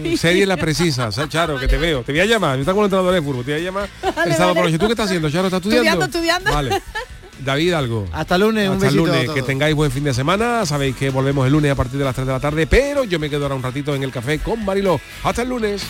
Speaker 6: Ay.
Speaker 1: serie la precisa. ¿eh, Charo, que te veo. Te voy a llamar, está con el entrenador de fútbol, te voy a llamar el sábado por la noche. ¿Tú qué estás haciendo, Charo? ¿Estás estudiando?
Speaker 6: Estudiando, estudiando.
Speaker 1: Vale. David algo.
Speaker 7: Hasta lunes, un
Speaker 1: Hasta el
Speaker 7: besito a
Speaker 1: lunes,
Speaker 7: todos.
Speaker 1: que tengáis buen fin de semana. Sabéis que volvemos el lunes a partir de las 3 de la tarde, pero yo me quedo ahora un ratito en el café con Mariló. Hasta el lunes.